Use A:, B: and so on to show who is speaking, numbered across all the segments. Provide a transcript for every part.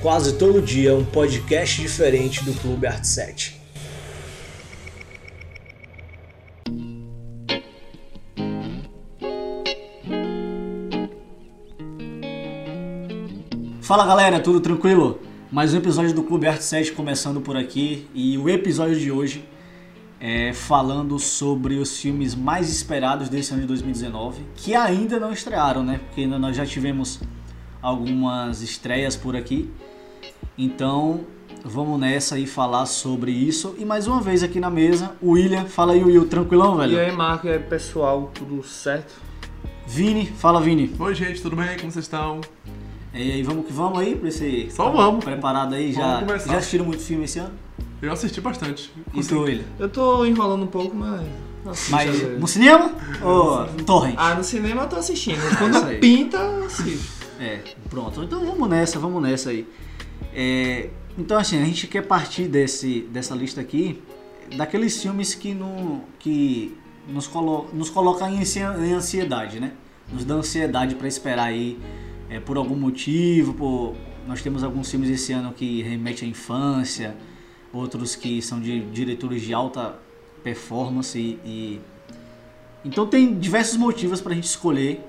A: Quase todo dia um podcast diferente do Clube Arte 7. Fala galera, tudo tranquilo? Mais um episódio do Clube Arte 7 começando por aqui e o episódio de hoje é falando sobre os filmes mais esperados desse ano de 2019 que ainda não estrearam, né? Porque ainda nós já tivemos algumas estreias por aqui. Então vamos nessa e falar sobre isso. E mais uma vez aqui na mesa, o William. Fala aí, Will, tranquilão, velho?
B: E aí, Marco, e aí, pessoal, tudo certo?
A: Vini, fala Vini.
C: Oi, gente, tudo bem? Como vocês estão?
A: E aí, vamos que vamos aí pra esse.
C: Só vamos.
A: Preparado aí? Já,
C: Vamos começar.
A: já assistiram muito filme esse ano?
C: Eu assisti bastante.
A: E
B: Então,
A: tu, William?
B: Eu tô enrolando um pouco, mas. assisto às
A: Mas
B: vezes.
A: no cinema ou torrent?
B: Ah, no cinema eu tô assistindo.
A: É isso aí.
B: Quando pinta, eu assisto.
A: É, pronto. Então vamos nessa, vamos nessa aí. É, então assim, a gente quer partir desse, dessa lista aqui, daqueles filmes que, no, que nos, colo, nos coloca em ansi- em ansiedade, né? Nos dá ansiedade pra esperar aí é, por algum motivo, por... Nós temos alguns filmes esse ano que remetem à infância, outros que são de diretores de alta performance e... e- Então tem diversos motivos pra gente escolher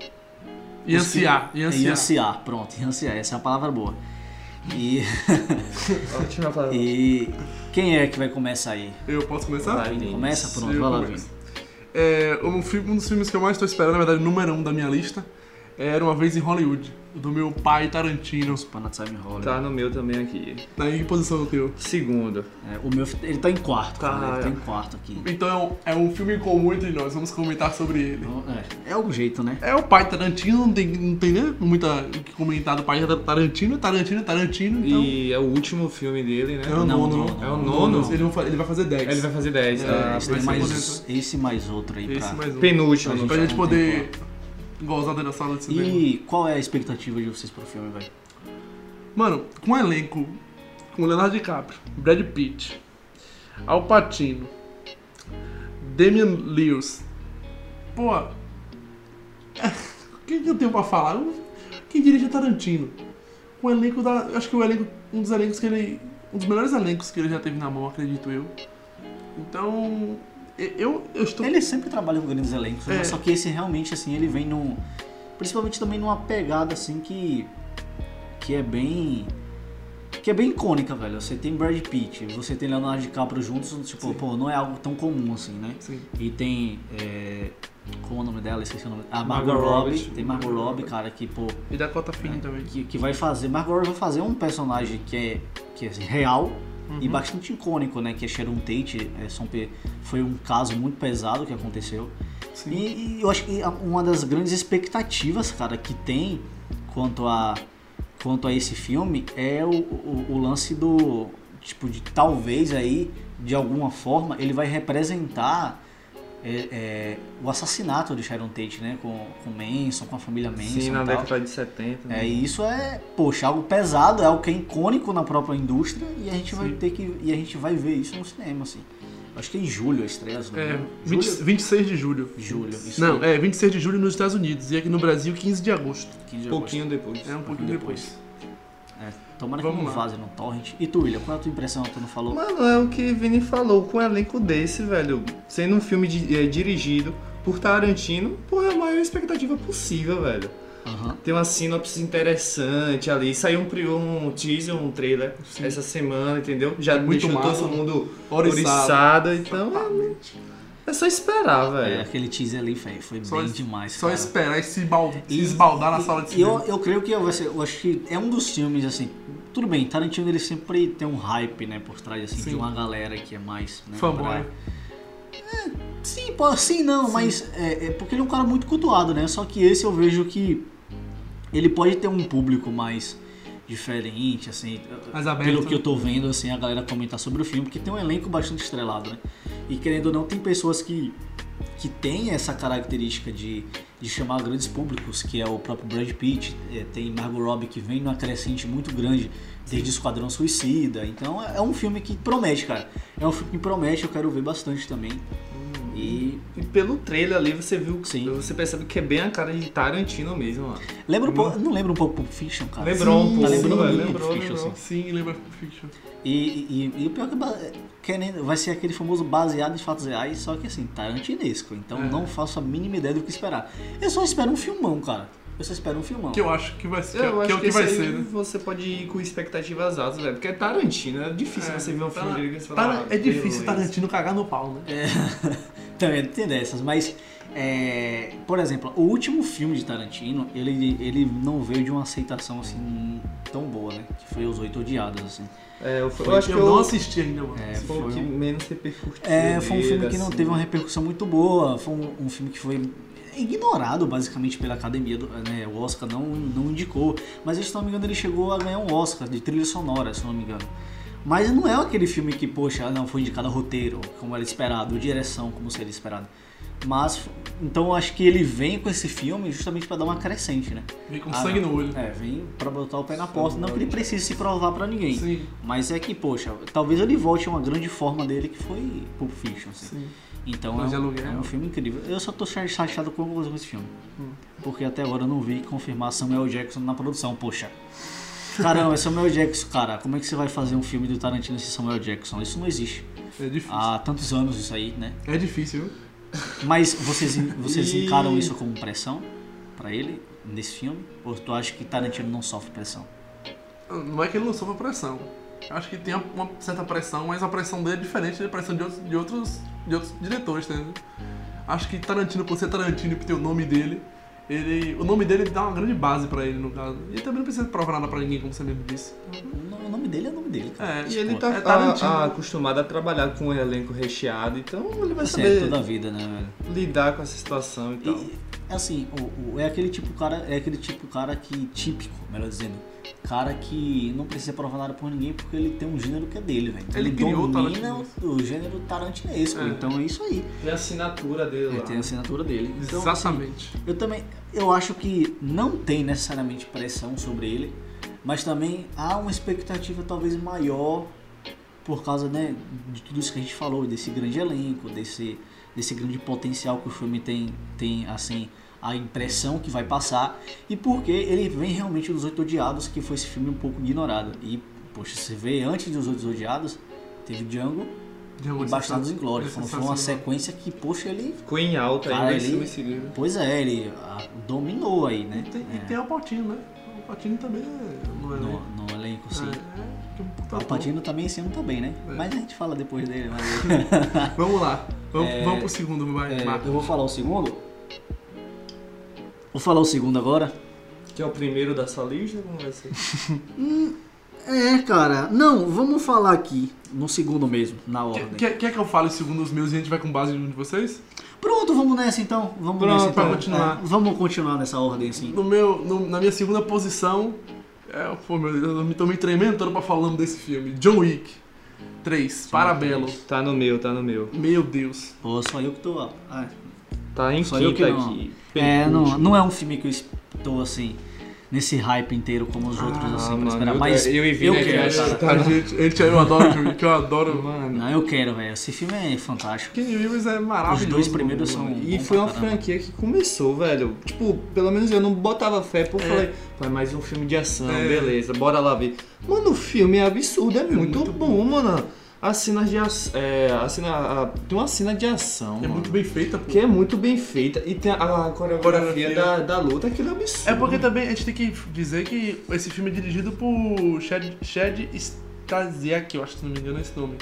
C: E ansiar, e
A: e
C: ansiar.
A: ansiar, pronto, e ansiar, essa é uma palavra boa. E,
B: Ótima palavra.
A: e quem é que vai começar aí?
C: Eu posso começar?
B: Vai, Vini.
A: Começa, pronto,
C: Eu
A: vai lá, Vini.
C: começo. É, um, fi- um dos filmes que eu mais estou esperando, na verdade, o número um da minha lista, era Uma Vez em Hollywood, do meu pai Tarantino.
A: Panatsime Hall.
B: Tá no meu também aqui.
C: Daí, que posição do teu?
B: Segundo.
A: É, o meu, ele tá em quarto, cara,
B: Cara.
A: ele tá em quarto aqui.
C: Então, é um, é um filme em comum entre nós, vamos comentar sobre ele.
A: Então, É, é algum jeito, né?
C: É o pai Tarantino, não tem, não tem né, muita o que comentar do pai Tarantino, Tarantino, Tarantino, então...
B: E é o último filme dele, né?
C: É o
A: Não,
C: nono.
A: não,
B: É o nono?
C: Ele, vai fa- ele vai fazer 10.
B: Ele vai fazer 10.
C: É,
B: tá?
C: vai
A: esse, tem
C: ser
A: mais,
C: bonito.
A: esse mais outro aí pra...
C: Esse mais um.
B: Penúltimo.
A: Pra
C: Pra
A: Já
C: gente
A: não
C: poder gozar da sala de cinema.
A: E qual é a expectativa de vocês pro filme, velho?
C: Mano, com um elenco com Leonardo DiCaprio, Brad Pitt, Al Pacino, Damian Lewis. Pô, o que que eu tenho pra falar? Eu- Quem dirige é Tarantino. O elenco da. eu Acho que o elenco. Um dos elencos que ele. Um dos melhores elencos que ele já teve na mão, acredito eu. Então. e- Eu, eu estou.
A: Ele sempre trabalha com grandes elencos, né?
C: É.
A: só que esse realmente, assim, ele vem num. Principalmente também numa pegada, assim, que. que é bem. que é bem icônica, velho. Você tem Brad Pitt, você tem Leonardo DiCaprio juntos, tipo,
C: Sim.
A: pô, não é algo tão comum assim, né?
C: Sim.
A: E tem. É, como é o nome dela? Esqueci o nome. A Margot,
B: Margot
A: Robbie.
B: Robbie.
A: Tem Margot
C: Margot
A: Robbie,
C: Robbie.
A: cara, que, pô.
C: E da Cota Fim também.
A: Que, que vai fazer. Margot Robbie vai fazer um personagem que é, que é assim, real e
C: Uhum.
A: bastante icônico, né? Que é Sharon Tate. É, são pe- foi um caso muito pesado que aconteceu.
C: Sim.
A: E, e eu acho que a- uma das grandes expectativas, cara, que tem quanto a, quanto a esse filme é o, o- o lance do. Tipo, de talvez aí, de alguma forma, ele vai representar é, é, o assassinato de Sharon Tate, né? Com, com Manson, com a família Manson.
B: Sim, na
C: então.
A: e tal.
B: década de 70. né?
A: É, e isso é, poxa, algo pesado, é algo que é icônico na própria indústria e a gente vai
C: Sim.
A: ter que. E a gente vai ver isso no cinema, assim. Acho que é em julho a estreia, se não me
C: É,
A: engano.
C: 20,
A: Julho?
C: 26 de julho.
A: Julho, isso
C: Não, é 26 de julho nos Estados Unidos e aqui no Brasil 15 de agosto.
A: 15 de agosto.
B: Um pouquinho depois.
C: É um pouquinho depois.
A: Tomara que
C: Vamos
A: não
C: lá.
A: vaze no torrent. E tu, William, qual é a tua impressão? Tu não falou?
B: Mano, é o que o Vini falou, com um elenco desse, velho, sendo um filme di- eh, dirigido por Tarantino, porra, é a maior expectativa possível, velho.
A: Aham.
B: Tem uma sinopse interessante ali, saiu um, pre- um teaser, um trailer essa semana, entendeu? Já
C: É muito
B: deixou
C: massa.
B: todo mundo
C: Oriçado.
B: oriçado, então é, é só esperar,
A: É,
B: velho.
A: aquele teaser ali, velho, foi
C: Só
A: bem
C: es-
A: demais,
C: Só
A: cara.
C: esperar esse bal- se esbaldar na sala de
A: E
C: cinema.
A: eu, eu creio que eu, assim, eu acho que é um dos filmes, assim. Tudo bem, Tarantino ele sempre tem um hype, né, por trás, assim,
C: Sim.
A: de uma galera que é mais. Né,
C: Fanboy.
A: pra- Sim, pô, sim não, mas é, é porque ele é um cara muito cultuado, né? Só que esse eu vejo que ele pode ter um público mais diferente, assim,
C: Mais aberto,
A: pelo
C: né?
A: que eu tô vendo, assim, a galera comentar sobre o filme, porque tem um elenco bastante estrelado, né? E querendo ou não, tem pessoas que que tem essa característica de, de chamar grandes públicos, que é o próprio Brad Pitt, é, tem Margot Robbie que vem numa crescente muito grande desde Esquadrão Suicida. Então é é um filme que promete, cara. É um filme que promete, eu quero ver bastante também. E
B: E pelo trailer ali você viu,
A: Sim.
B: você percebe que é bem a cara de Tarantino mesmo, mano.
A: lembra um pouco, não lembra um pouco Pulp Fiction, cara?
B: Lembrou um
A: Tá
B: pouco,
A: lembrando
B: velho,
A: muito
B: lembrou,
A: Pulp Fiction,
B: lembrou.
A: assim.
C: Sim, lembra Pulp Fiction.
A: E, e- e o pior é que ba- que nem- vai ser aquele famoso baseado em fatos reais, só que assim, tarantinesco. Então
C: É.
A: não faço a mínima ideia do que esperar. Eu só espero um filmão, cara. Eu só espero um filmão.
C: Que eu acho que vai ser.
B: Eu
C: que é
B: acho
C: o
B: que,
C: que vai
B: esse aí
C: ser, né?
B: você pode ir com expectativas altas, velho. Porque é Tarantino, é difícil
C: É,
B: você ver um filme
C: Tara-
B: dele e você falar,
C: Tara-
B: "Ah,
C: é difícil
B: beleza."
C: Tarantino cagar no pau, né?
A: Também tem dessas, Tá mas é, por exemplo, o último filme de Tarantino, ele, ele não veio de uma aceitação assim tão boa, né? Que foi Os Oito Odiados, assim.
B: É, eu, eu
C: Eu,
B: acho que
C: não
B: eu,
C: assisti ainda, mano.
A: É,
B: Esse foi o
A: Foi
B: que
A: um-
B: menos repercutiu.
A: É, foi um filme
B: dele,
A: que não
B: assim.
A: teve uma repercussão muito boa, foi um, um filme que foi ignorado basicamente pela academia, do- né, o Oscar não, não indicou, mas se não me engano ele chegou a ganhar um Oscar de trilha sonora, se não me engano. Mas não é aquele filme que, poxa, não foi indicado a roteiro, como era esperado, ou direção, como seria esperado. Mas, então eu acho que ele vem com esse filme justamente pra dar uma crescente, né?
C: Vem com
A: Ah,
C: Um sangue
A: não.
C: no olho.
A: É, vem pra botar o pé na porta, não que ele precise se provar pra ninguém.
C: Sim,
A: Mas é que, poxa, talvez ele volte a uma grande forma dele que foi Pulp Fiction, assim.
C: sim.
A: Então é
C: Mas de
A: um,
C: aluguel.
A: é um filme incrível. Eu só tô char- chateado com algumas coisas desse filme.
C: Hum.
A: Porque até agora eu não vi confirmar Samuel Jackson na produção, poxa. Caramba, é Samuel Jackson, cara. Como é que você vai fazer um filme do Tarantino sem Samuel Jackson? Isso não existe.
C: É difícil.
A: Há tantos anos isso aí, né?
C: É difícil, viu?
A: Mas vocês, en- vocês
B: E-
A: encaram isso como pressão pra ele nesse filme? Ou tu acha que Tarantino não sofre pressão?
C: Não é que ele não sofre pressão. Eu acho que tem uma certa pressão, mas a pressão dele é diferente da pressão de outros, de outros, de outros diretores, tá entendendo? Acho que Tarantino, por ser Tarantino e por ter o nome dele, ele, o nome dele dá uma grande base pra ele, no caso. E ele também não precisa provar nada pra ninguém, como você mesmo disse.
A: O nome dele é o nome dele, cara.
C: É,
B: E ele
A: Tipo,
B: tá
C: é Tarantino.
B: a- a- acostumado a trabalhar com um elenco recheado, então ele vai
A: Assim, é
B: saber
A: toda a vida, né, velho?
B: lidar com essa situação e tal.
C: Então.
A: E, assim, o, o- é aquele tipo cara, é aquele tipo cara que típico, melhor dizendo, cara que não precisa provar nada por ninguém porque ele tem um gênero que é dele, velho. Então
C: Ele criou o
A: domina
C: tarantinesco.
A: o, o gênero tarantinesco,
C: É.
A: então é isso aí.
B: Tem a assinatura dele
A: Ele
B: lá.
A: tem a assinatura dele. Então,
C: Exatamente.
A: eu também, eu acho que não tem necessariamente pressão sobre ele, mas também há uma expectativa talvez maior por causa né, de tudo isso que a gente falou, desse grande elenco, desse, desse grande potencial que o filme tem, tem assim, a impressão que vai passar, e porque ele vem realmente dos Oito Odiados, que foi esse filme um pouco ignorado. E, poxa, você vê, antes dos Oito Odiados, teve Django
C: De
A: e
C: alguma
A: Bastardos
C: sensação-
A: Inglórios. então Foi foi uma
C: sensação-
A: sequência que, poxa, ele...
B: Ficou em alta
A: Cara,
B: ainda
A: ele-
B: esse filme seguido.
A: Pois é, ele ah, dominou aí, né?
C: E tem,
A: É.
C: e tem o Patino, né? O Patino também é- não é.
A: no, no elenco, sim.
C: É, é, que é um puta
A: O
C: ator.
A: Patino também esse ano tá bem, né?
C: É.
A: Mas a gente fala depois dele. Mas...
C: Vamos lá. Vamos, vamos pro segundo, vai,
A: É,
C: Marco.
A: eu vou falar o segundo. Vou falar o segundo agora.
B: Que é o primeiro da sua lista? Como vai ser?
A: É, cara. Não, vamos falar aqui. No segundo mesmo, na
C: Quer,
A: ordem.
C: quer- quer que eu fale segundo os meus e a gente vai com base em um de vocês?
A: Pronto, vamos nessa então. Vamos
C: Pronto,
A: nessa
C: pra
A: então.
C: continuar.
A: É, vamos continuar nessa ordem assim.
C: No meu, no- na minha segunda posição, é, pô, meu Deus, eu me tomei tremendo todo pra falando desse filme. John Wick 3, Parabelo.
B: tá no meu, tá no meu.
C: Meu Deus.
A: Pô, só eu que tô. ó. Ah,
B: Tá em
A: Só eu
B: quinta
A: que não.
B: aqui.
A: É, não,
B: Penúltimo.
A: não é um filme que eu estou assim. Nesse hype inteiro como os outros,
C: Ah,
A: assim, pra
B: mano,
A: esperar.
B: eu-
A: Mas
B: eu e Vini,
A: eu
B: a gente
A: quero, é
B: vai-
A: cara.
B: tá, não.
C: É, gente, gente, eu adoro John Wick, eu adoro.
B: Mano.
A: Não, eu quero, velho. Esse filme é fantástico.
C: Kenny Reeves é maravilhoso.
A: Os dois primeiros
C: mano.
A: são
B: E
A: bom
B: foi
A: pra
B: uma
A: caramba.
B: franquia que começou, velho. Tipo, pelo menos eu não botava fé, porque eu falei, vai mais um filme de ação,
C: É.
B: beleza, bora lá ver. Mano, o filme é absurdo, é, muito,
C: muito
B: bom, mano. A cena de ação. É, a cena, a- tem uma cena de ação.
C: É
B: mano,
C: muito bem feita, pô.
B: Que é muito bem feita. E tem a, a coreografia
C: Coreografia.
B: da, da luta, aquilo é absurdo.
C: É porque também a gente tem que dizer que esse filme é dirigido por Chad, Chad Stasiak, eu acho que se não me engano é esse nome.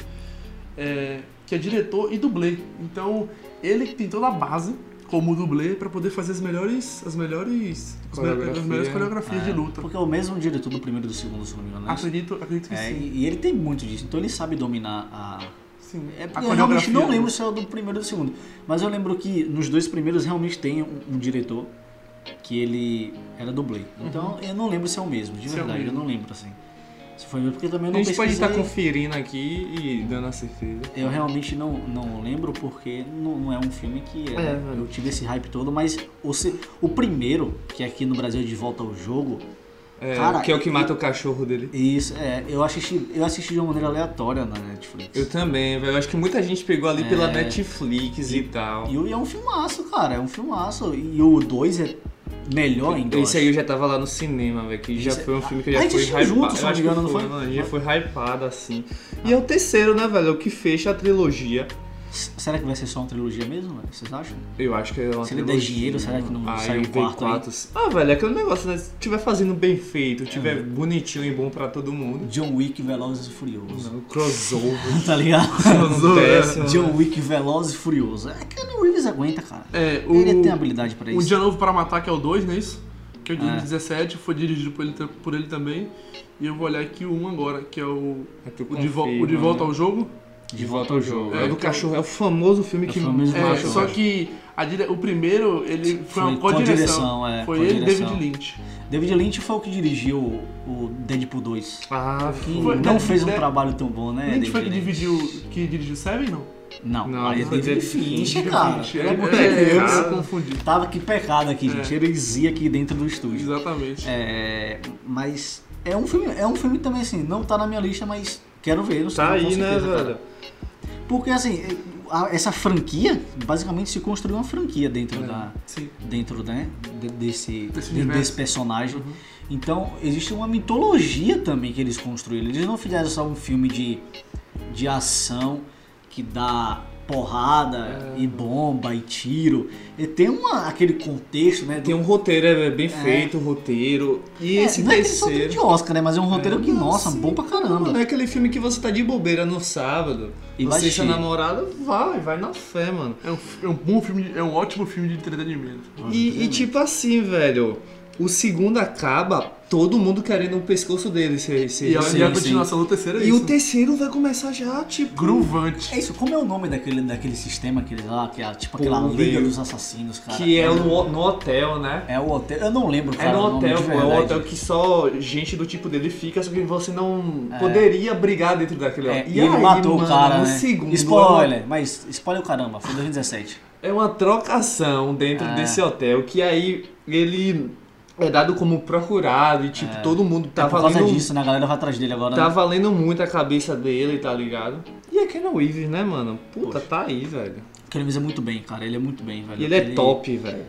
C: É, que é diretor e dublê. Então, ele que tem toda a base como dublê pra poder fazer as melhores. as melhores. as me-
B: Coreografia.
C: As melhores coreografias de
A: É,
C: luta.
A: Porque é o mesmo diretor do primeiro e do segundo, se não me engano. né?
C: Acredito, acredito que
A: É,
C: sim.
A: e e ele tem muito disso, então ele sabe dominar a.
C: Sim.
A: É porque eu realmente não
C: né?
A: lembro se é o do primeiro ou do segundo. Mas eu lembro que nos dois primeiros realmente tem um, um diretor que ele era dublê. Então eu não lembro se é o mesmo, de
C: Se é o
A: verdade, eu
C: mesmo.
A: não lembro assim. Se foi o mesmo, porque também eu
B: A
A: não
B: gente pode
A: pesquisei.
B: estar conferindo aqui e dando a certeza.
A: Eu realmente não, não lembro porque não, não é um filme que é,
B: É, velho.
A: eu tive esse hype todo, mas o, se- o primeiro, que aqui no Brasil é de volta ao jogo,
B: É,
A: Cara,
B: que é o que mata o cachorro dele.
A: Isso, é, eu assisti, eu assisti de uma maneira aleatória na Netflix.
B: Eu também, velho. Acho que muita gente pegou ali pela Netflix É. e, tal.
A: E o- e é um filmaço, cara, é um filmaço. E o 2 é melhor ainda. eu Então, acho.
B: Esse aí eu já tava lá no cinema, velho. Que já
A: Esse-
B: foi um filme que eu
A: a
B: já
A: gente
B: fui
A: assistiu
B: hypado.
A: junto, se
B: eu
A: não
B: acho
A: me
B: que
A: engano, não
B: foi,
A: foi? Ah.
B: mano, a gente foi hypado assim. E é o terceiro, né, velho? É O que fecha a trilogia.
A: S- Será que vai ser só uma trilogia mesmo? velho? Vocês acham?
B: Eu acho que é uma
A: Se ele der
B: trilogia,
A: dinheiro, será que não
B: mano.
A: sai
B: Aí
A: um
B: vem
A: quarto aí? É.
B: quatro- Ah, velho, é aquele negócio, né? Se tiver fazendo bem feito, tiver bonitinho e bom pra todo mundo.
A: John Wick Velozes e Furiosos.
B: Não, crossover.
A: tá ligado?
B: acontece, mano.
A: John Wick Veloz e Furioso. É que o Reeves aguenta, cara.
C: É, o,
A: Ele tem habilidade pra
C: O
A: isso.
C: Dia Novo para Matar, que é o 2, não é isso? Que é o de
A: É.
C: 17, foi dirigido por ele, tam- por ele também. E eu vou olhar aqui o 1 agora, que é o,
B: Aí tu
C: o, de, vo-
B: tipo confirma,
C: o de Volta
B: né?
C: ao Jogo.
A: De volta ao jogo.
B: É,
C: É,
B: o do
C: que-
B: cachorro. É o famoso filme
A: É o
B: que
A: famoso
C: É,
A: Macho,
C: só
A: eu acho.
C: que a dire- o primeiro, ele foi, uma
A: com
C: co-direção.
A: direção, é,
C: foi
A: com
C: ele e
A: direção.
C: David Lynch.
A: David Lynch foi o que dirigiu o Deadpool 2.
B: Ah,
A: Que
C: Foi-
A: não
C: né,
A: fez um
C: né?
A: trabalho tão bom, né?
C: Lynch foi que
A: David Lynch?
C: dividiu, que dirigiu Seven, não?
A: Não,
B: Não,
A: aí é
B: foi
A: David
B: David
A: Finch,
C: David
A: cara.
C: Lynch,
A: Pelo
C: é-
A: amor
C: é,
A: de
C: é,
A: Deus.
C: eu confundi.
A: Tava que pecado aqui, gente. Heresia aqui dentro do estúdio.
C: Exatamente.
A: É, mas é um filme, é um filme também assim, não tá na minha lista, mas quero ver no
B: Tá
A: cinema, com
B: aí, né,
A: certeza, cara.
B: velho?
A: Porque assim, a- essa franquia basicamente se construiu uma franquia dentro
B: É.
A: da
C: Sim.
A: dentro né, de- desse
C: Desse
A: dentro
C: universo.
A: desse personagem.
C: Uhum.
A: Então, existe uma mitologia também que eles construíram. Eles não fizeram só um filme de, de ação que dá porrada
B: É.
A: e bomba e tiro. E tem uma, aquele contexto, né? do-
B: Tem um roteiro, é bem feito o roteiro. E
A: É,
B: esse
A: não é aquele só
B: terceiro.
A: de Oscar, né? Mas é um roteiro que,
B: Não,
A: nossa,
B: sim,
A: bom pra
B: Mano,
A: caramba.
B: é aquele filme que você tá de bobeira no sábado.
A: E vai
B: você e sua
A: cheio.
B: namorada, vai, vai na fé, mano.
C: É um, f- é um bom filme, de- é um ótimo filme de entretenimento.
B: E, e tipo assim, velho. O segundo acaba, todo mundo querendo o pescoço dele. Se, se,
C: E a,
B: se-
C: e a
A: sim.
C: continuação do terceiro é
B: e
C: isso.
B: o terceiro vai começar já, tipo.
C: Gruvante.
A: É isso, como é o nome daquele, daquele sistema que eles lá, que é tipo aquela
B: Pô,
A: Liga
B: velho.
A: dos Assassinos, cara? um,
B: Que é no, no hotel, né?
A: É o hotel. Eu não lembro, cara.
B: É
A: o
B: no
A: nome,
B: hotel,
A: de
B: pô. É um
A: verdade.
B: hotel que só gente do tipo dele fica, só que você não poderia brigar dentro daquele
A: É,
B: hotel.
A: e ele
B: aí,
A: matou
B: mano,
A: o cara,
B: no
A: né?
B: segundo,
A: spoiler, mas spoiler o caramba, foi 2017.
B: É uma trocação dentro
A: Ah.
B: desse hotel que aí ele é dado como procurado e tipo todo mundo tá
A: é por causa
B: valendo
A: disso, né? A galera vai atrás dele agora.
B: tá
A: né?
B: valendo muito a cabeça dele, tá ligado? E é Keanu Reeves, né, mano? Puta, tá aí, velho.
A: Porque ele visa muito bem, cara. Ele é muito bem, velho.
B: E ele é top, velho.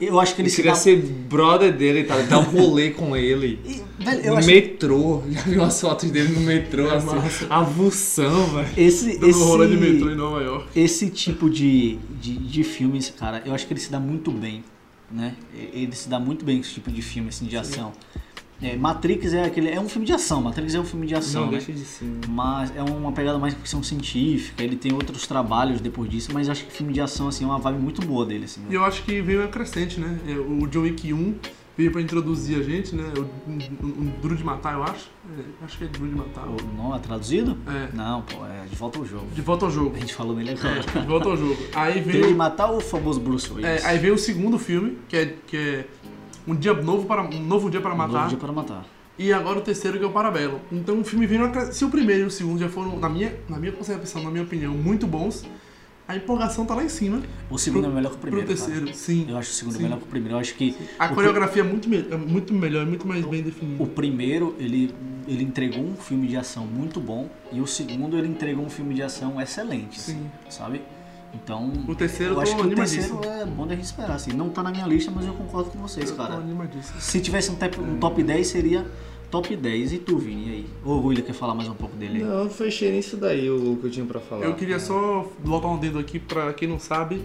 A: Eu acho que ele
B: Ele
A: se
B: queria
A: dá... um
B: ser brother dele, tá? Dar um rolê com ele.
A: E, Velho, eu
B: No
A: acho
B: metrô, já viu as fotos dele no metrô, assim, avulsão, velho.
A: esse,
C: Dando rolê de metrô em
A: esse,
C: Nova York.
A: esse tipo de, de, de filmes, cara, eu acho que ele se dá muito bem, né? E- Ele se dá muito bem com esse tipo de filme, assim, de ação. É, Matrix é aquele... É um filme de ação. Matrix é um filme de ação,
B: Não,
A: né?
B: deixa de ser.
A: Mas é uma pegada mais de ficção científica, ele tem outros trabalhos depois disso, mas eu acho que filme de ação, assim, é uma vibe muito boa dele, assim.
C: E eu acho que veio a crescente, né? É, O John Wick 1 veio pra introduzir a gente, né? O- Um, um, um Duro de Matar, eu acho. É, acho que é Duro de Matar.
A: Ou Não é traduzido?
C: É.
A: Não, pô, é de volta ao jogo.
C: De volta ao jogo.
A: A gente falou nele
C: É,
A: agora.
C: de volta ao jogo. Aí
A: Tem de
C: veio,
A: matar o famoso Bruce Willis.
C: é, aí veio o segundo filme, que é, que é um, dia novo para, um Novo Dia para
A: Um novo
C: Matar.
A: dia para matar.
C: E agora o terceiro, que é o Parabelo. Então o filme veio. a cre- Se o primeiro e o segundo já foram, na minha, na minha concepção, na minha opinião, muito bons, a empolgação tá lá em cima.
A: O segundo é melhor que o
C: Pro
A: primeiro. cara.
C: terceiro, sim.
A: Eu acho o segundo
C: Sim.
A: melhor que o primeiro. Eu acho que
C: A
A: o-
C: coreografia é muito, me- é muito melhor, é muito mais bem definida.
A: o primeiro ele, ele entregou um filme de ação muito bom e o segundo ele entregou um filme de ação excelente, assim,
C: Sim.
A: sabe? Então,
C: O terceiro
A: eu
C: eu
A: acho
C: tô
A: que o terceiro
C: animadíssimo.
A: é bom da gente esperar, assim. Não tá na minha lista, mas eu concordo com vocês,
C: Eu tô
A: cara.
C: animadíssimo.
A: Se tivesse um, tep- um top 10, seria top 10. E tu, Vini, e aí? Ô, William, quer falar mais um pouco dele aí?
B: Não, eu fechei nisso daí o que eu tinha pra falar.
C: Eu
A: é.
C: queria só botar um dedo aqui pra quem não sabe.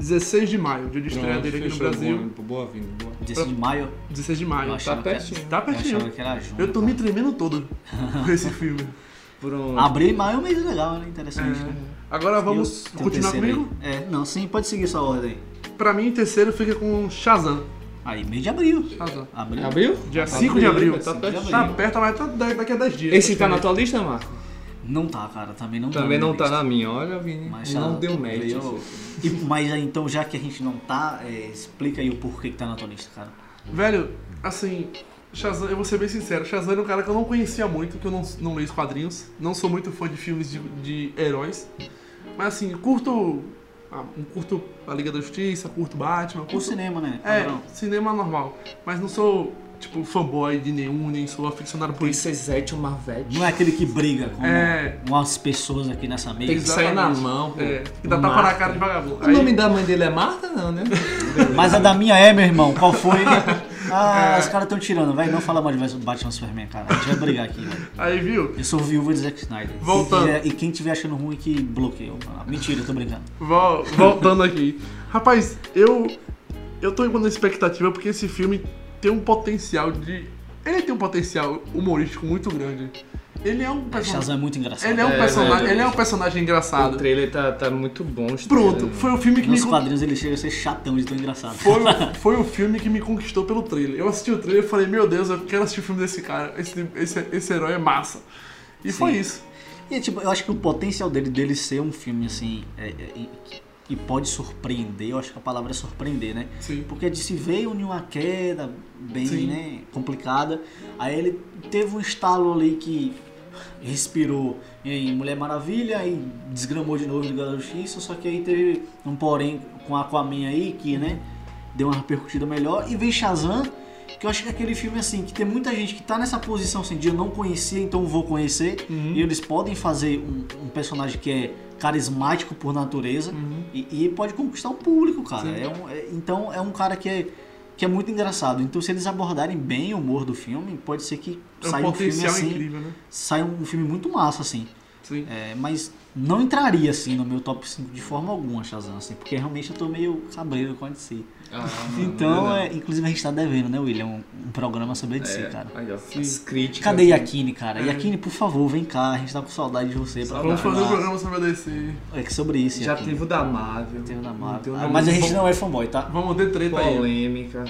C: 16 de maio, dia de estreia dele aqui no Brasil.
B: Boa-vinda, boa.
A: 16 de maio,
C: 16 de
A: eu
C: maio.
A: achava,
B: tá
A: que,
B: pertinho.
A: era,
C: Tá
A: eu achava
C: pertinho.
A: que era junho.
C: Eu tô me
A: cara.
C: tremendo todo com esse filme.
B: Pronto.
A: Abril e maio é um mês legal, né? Interessante,
C: É.
A: né?
C: Agora vamos
A: E o- tem o
C: continuar
A: terceiro aí?
C: comigo.
A: É, não, sim, pode seguir sua ordem
C: Pra mim, o terceiro fica com Shazam.
A: aí. Aí, mês de abril.
C: Shazam.
A: Abril.
B: Abriu?
C: Dia 5 de abril.
B: Tá pertinho.
C: Tá perto, mas tá da- daqui a 10 dias.
B: Esse tá na tua lista, Marco?
A: Não tá, cara, também não
B: Também
A: tá.
B: não tá
C: né?
B: na minha. Olha, Vini,
A: Mas
B: não
A: tá-
B: deu match.
A: veio- E, mas aí, então, já que a gente não tá, é, explica aí o porquê que tá na tua lista, cara.
C: Velho, assim, Shazam, eu vou ser bem sincero, Shazam era um cara que eu não conhecia muito, que eu não, não leio os quadrinhos, não sou muito fã de filmes de, de heróis, mas assim, curto, ah, curto a Liga da Justiça, curto Batman,
A: O
C: curto...
A: cinema, né?
C: Então- É,
A: Padrão.
C: cinema normal, mas não sou tipo, fanboy de nenhum, nem sou aficionado por isso.
D: Princesete, uma Marvete.
A: Não é aquele que briga com
C: É.
A: umas pessoas aqui nessa mesa.
D: Tem que sair na
C: Exatamente.
D: mão, pô.
C: É, que dá tapa na cara de vagabundo.
D: O
C: Aí-
D: nome da mãe dele é Marta, não, né?
A: Mas a da minha é, meu irmão. Qual foi?
C: É.
A: Ah, os caras estão tirando, velho. Não fala mal de Batman Superman, cara. A gente vai brigar aqui, velho.
C: Aí, viu?
A: Eu sou viúva de Zack Snyder.
C: Voltando.
A: E, e quem tiver achando ruim que bloqueia. Ah, Mentira, eu tô brincando.
C: Tá Vol- voltando aqui. Rapaz, eu. Eu tô na expectativa porque esse filme tem um potencial de. Ele tem um potencial humorístico muito grande. Ele é um personagem.
A: Shazam é muito engraçado.
C: Ele é um
B: É,
C: personagem.
B: verdade.
C: Ele é um personagem engraçado.
B: O trailer tá, tá muito bom. os
C: Pronto,
B: trailers,
C: foi o filme que me
A: Nos
C: con-
A: quadrinhos ele chega a ser chatão de tão engraçado.
C: foi, o- foi o filme que me conquistou pelo trailer. Eu assisti o trailer e falei, meu Deus, eu quero assistir o filme desse cara. Esse, esse, esse herói é massa. E foi isso.
A: E tipo, eu acho que o potencial dele, dele ser um filme assim. é, é, e- que- que pode surpreender, eu acho que a palavra é surpreender, né?
C: Sim.
A: Porque de se veio em uma queda bem
C: Sim.
A: né, complicada. Aí ele teve um estalo ali que respirou em Mulher Maravilha e desgramou de novo em Liga da Justiça. Só que aí teve um porém com Aquaman aí que, né, deu uma repercutida melhor. E veio Shazam, que eu acho que é aquele filme assim, que tem muita gente que tá nessa posição assim, de eu não conhecia, então vou conhecer.
C: Uhum.
A: E eles podem fazer um, um personagem que é carismático por natureza.
C: Uhum.
A: E, e ele pode conquistar o público, cara.
C: Sim.
A: É um- é- então é um cara que é, que é muito engraçado. Então se eles abordarem bem o humor do filme, pode ser que
C: É um
A: saia um filme
C: potencial
A: assim.
C: incrível, né?
A: Saia um filme muito massa, assim.
C: Sim.
A: É, mas não entraria assim no meu top 5 de forma alguma, Shazam, assim, porque realmente eu tô meio cabreiro com a DC.
B: né? Ah, mano,
A: então,
B: verdade.
A: é, inclusive a gente tá devendo, né, William? Um, um programa sobre a DC, cara.
B: É, Aí, ó,
C: É. Sim.
B: as críticas.
A: Cadê Yakine, cara?
C: É.
A: Yakine, por favor, vem cá, a gente tá com saudade de você. Pra
C: Vamos fazer um
A: falar.
C: programa sobre a DC.
A: É que sobre isso,
B: Já
A: Yakine.
B: teve o da Marvel.
A: Teve na
B: Teve
A: Marvel.
B: o
A: Ah,
B: da
A: mas a gente
B: Marvel.
A: não é fanboy, tá?
C: Vamos ter treta
B: né?
C: aí.
B: Polêmica.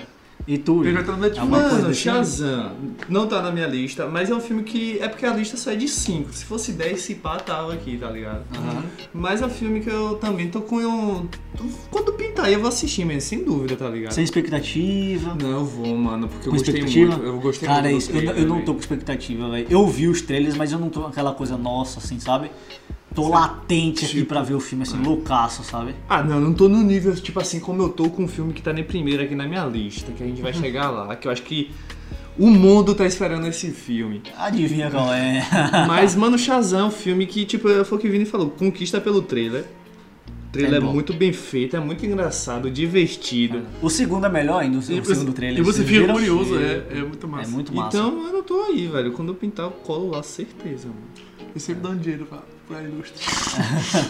A: E tu,
C: Ele
A: William?
C: vai estar no Netflix.
A: Alguma coisa
B: tipo, Mano,
A: assim?
B: Shazam não tá na minha lista, mas é um filme que. É porque a lista só é de 5. Se fosse 10, se pá, tava aqui, tá ligado?
A: Aham.
B: Mas é um filme que eu também tô com. um- tô- Quando pintar aí, eu vou assistir, mesmo, sem dúvida, tá ligado?
A: Sem expectativa.
B: Não, eu vou, mano, porque eu
A: Com
B: gostei
A: expectativa?
B: muito. Eu gostei
A: Cara, é
B: muito.
A: isso. Eu, eu não tô com expectativa, velho. Eu vi os trailers, mas eu não tô com aquela coisa nossa, assim, sabe? Tô latente aqui
B: Tipo,
A: pra ver o filme, assim, loucaço, sabe?
B: Ah, não, eu não tô no nível, tipo assim, como eu tô com um filme que tá nem primeiro aqui na minha lista, que a gente
A: Uhum.
B: vai chegar lá, que eu acho que o mundo tá esperando esse filme.
A: Adivinha qual é.
B: Mas, mano, Shazam é um filme que, tipo, foi o que o Vini falou, conquista pelo trailer. O trailer
A: É
B: é,
A: bom.
B: muito bem feito, é muito engraçado, divertido.
A: O segundo é melhor ainda, o,
C: E
A: o
C: você-
A: segundo trailer.
C: E você
A: Vocês
C: fica
A: viram?
C: curioso, é, é muito
A: É
C: massa.
A: muito massa.
B: Então, eu não tô aí, velho. Quando eu pintar, eu colo lá, certeza, mano.
C: E sempre dando dinheiro pra, pra indústria.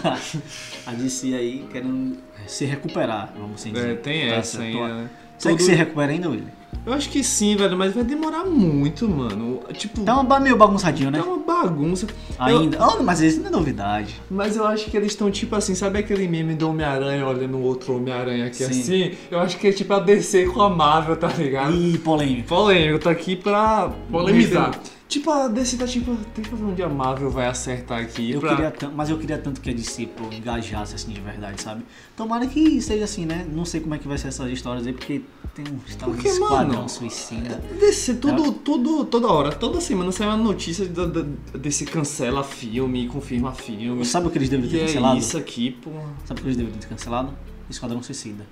A: a DC aí querendo se recuperar, vamos assim dizer.
B: É, tem
A: Tá
B: essa
A: certo.
B: ainda, né?
A: Será que
B: Todo-
A: se recupera ainda, William?
B: Eu acho que sim, velho, mas vai demorar muito, mano. Tipo,
A: Tá uma ba- meio bagunçadinho, né?
B: tá uma bagunça. Eu-
A: Ainda. Ah, mas isso não é novidade.
B: Mas eu acho que eles estão tipo assim, sabe aquele meme do Homem-Aranha olhando o outro Homem-Aranha aqui
A: Sim.
B: assim? Eu acho que é tipo a DC com a Marvel, tá ligado?
A: Ih, polêmico.
B: Polêmico, tá aqui pra.
C: Polemizar.
B: Tipo, a DC tá tipo, tem que ver onde a Marvel vai acertar aqui.
A: Eu
B: pra...
A: queria tan- mas eu queria tanto que a DC pô, engajasse assim de verdade, sabe? Tomara que seja assim, né? Não sei como é que vai ser essas histórias aí, porque tem um estado de
B: Porque,
A: esquadrão
B: mano,
A: suicida.
B: DC, tudo,
A: Tá.
B: tudo, toda hora, toda semana sai uma notícia da, da, desse cancela filme, confirma filme.
A: Sabe o que eles deveriam
B: E
A: ter
B: é
A: cancelado?
B: isso aqui, porra.
A: Sabe o que eles deveriam ter cancelado? Esquadrão Suicida.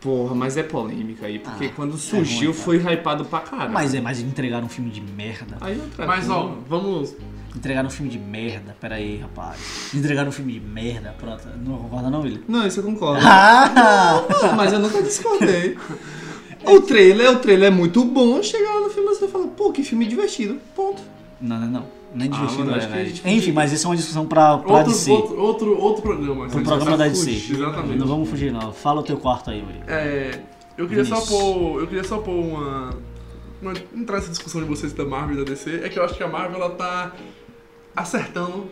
B: Porra, mas é polêmica aí, porque
A: Ah,
B: quando surgiu
A: é ruim,
B: foi hypado pra caralho.
A: Mas é, mas entregaram um filme de merda.
B: Aí outra
C: Mas ó,
B: coisa.
C: vamos.
A: Entregaram um filme de merda, pera aí, rapaz. Entregaram um filme de merda, pronto. Não concorda não, William?
B: Não, isso eu concordo.
A: Ah!
B: Não, mas eu nunca discordei. O trailer, o trailer é muito bom, chega lá no filme e você fala, pô, que filme divertido, ponto.
A: Não, não, não. Nem divertido,
B: Ah, mano,
A: né,
B: acho que a
A: velho?
B: gente
A: Enfim,
B: podia-
A: mas isso é uma discussão pra, pra
C: Outro,
A: DC.
C: outro, outro, outro programa.
A: Um programa da DC.
C: Exatamente.
A: Não vamos fugir, não. Fala o teu quarto aí, William.
C: É, eu queria só
A: Isso.
C: pôr. Eu queria só pôr uma. uma entrar nessa discussão de vocês da Marvel e da DC. É que eu acho que a Marvel ela tá acertando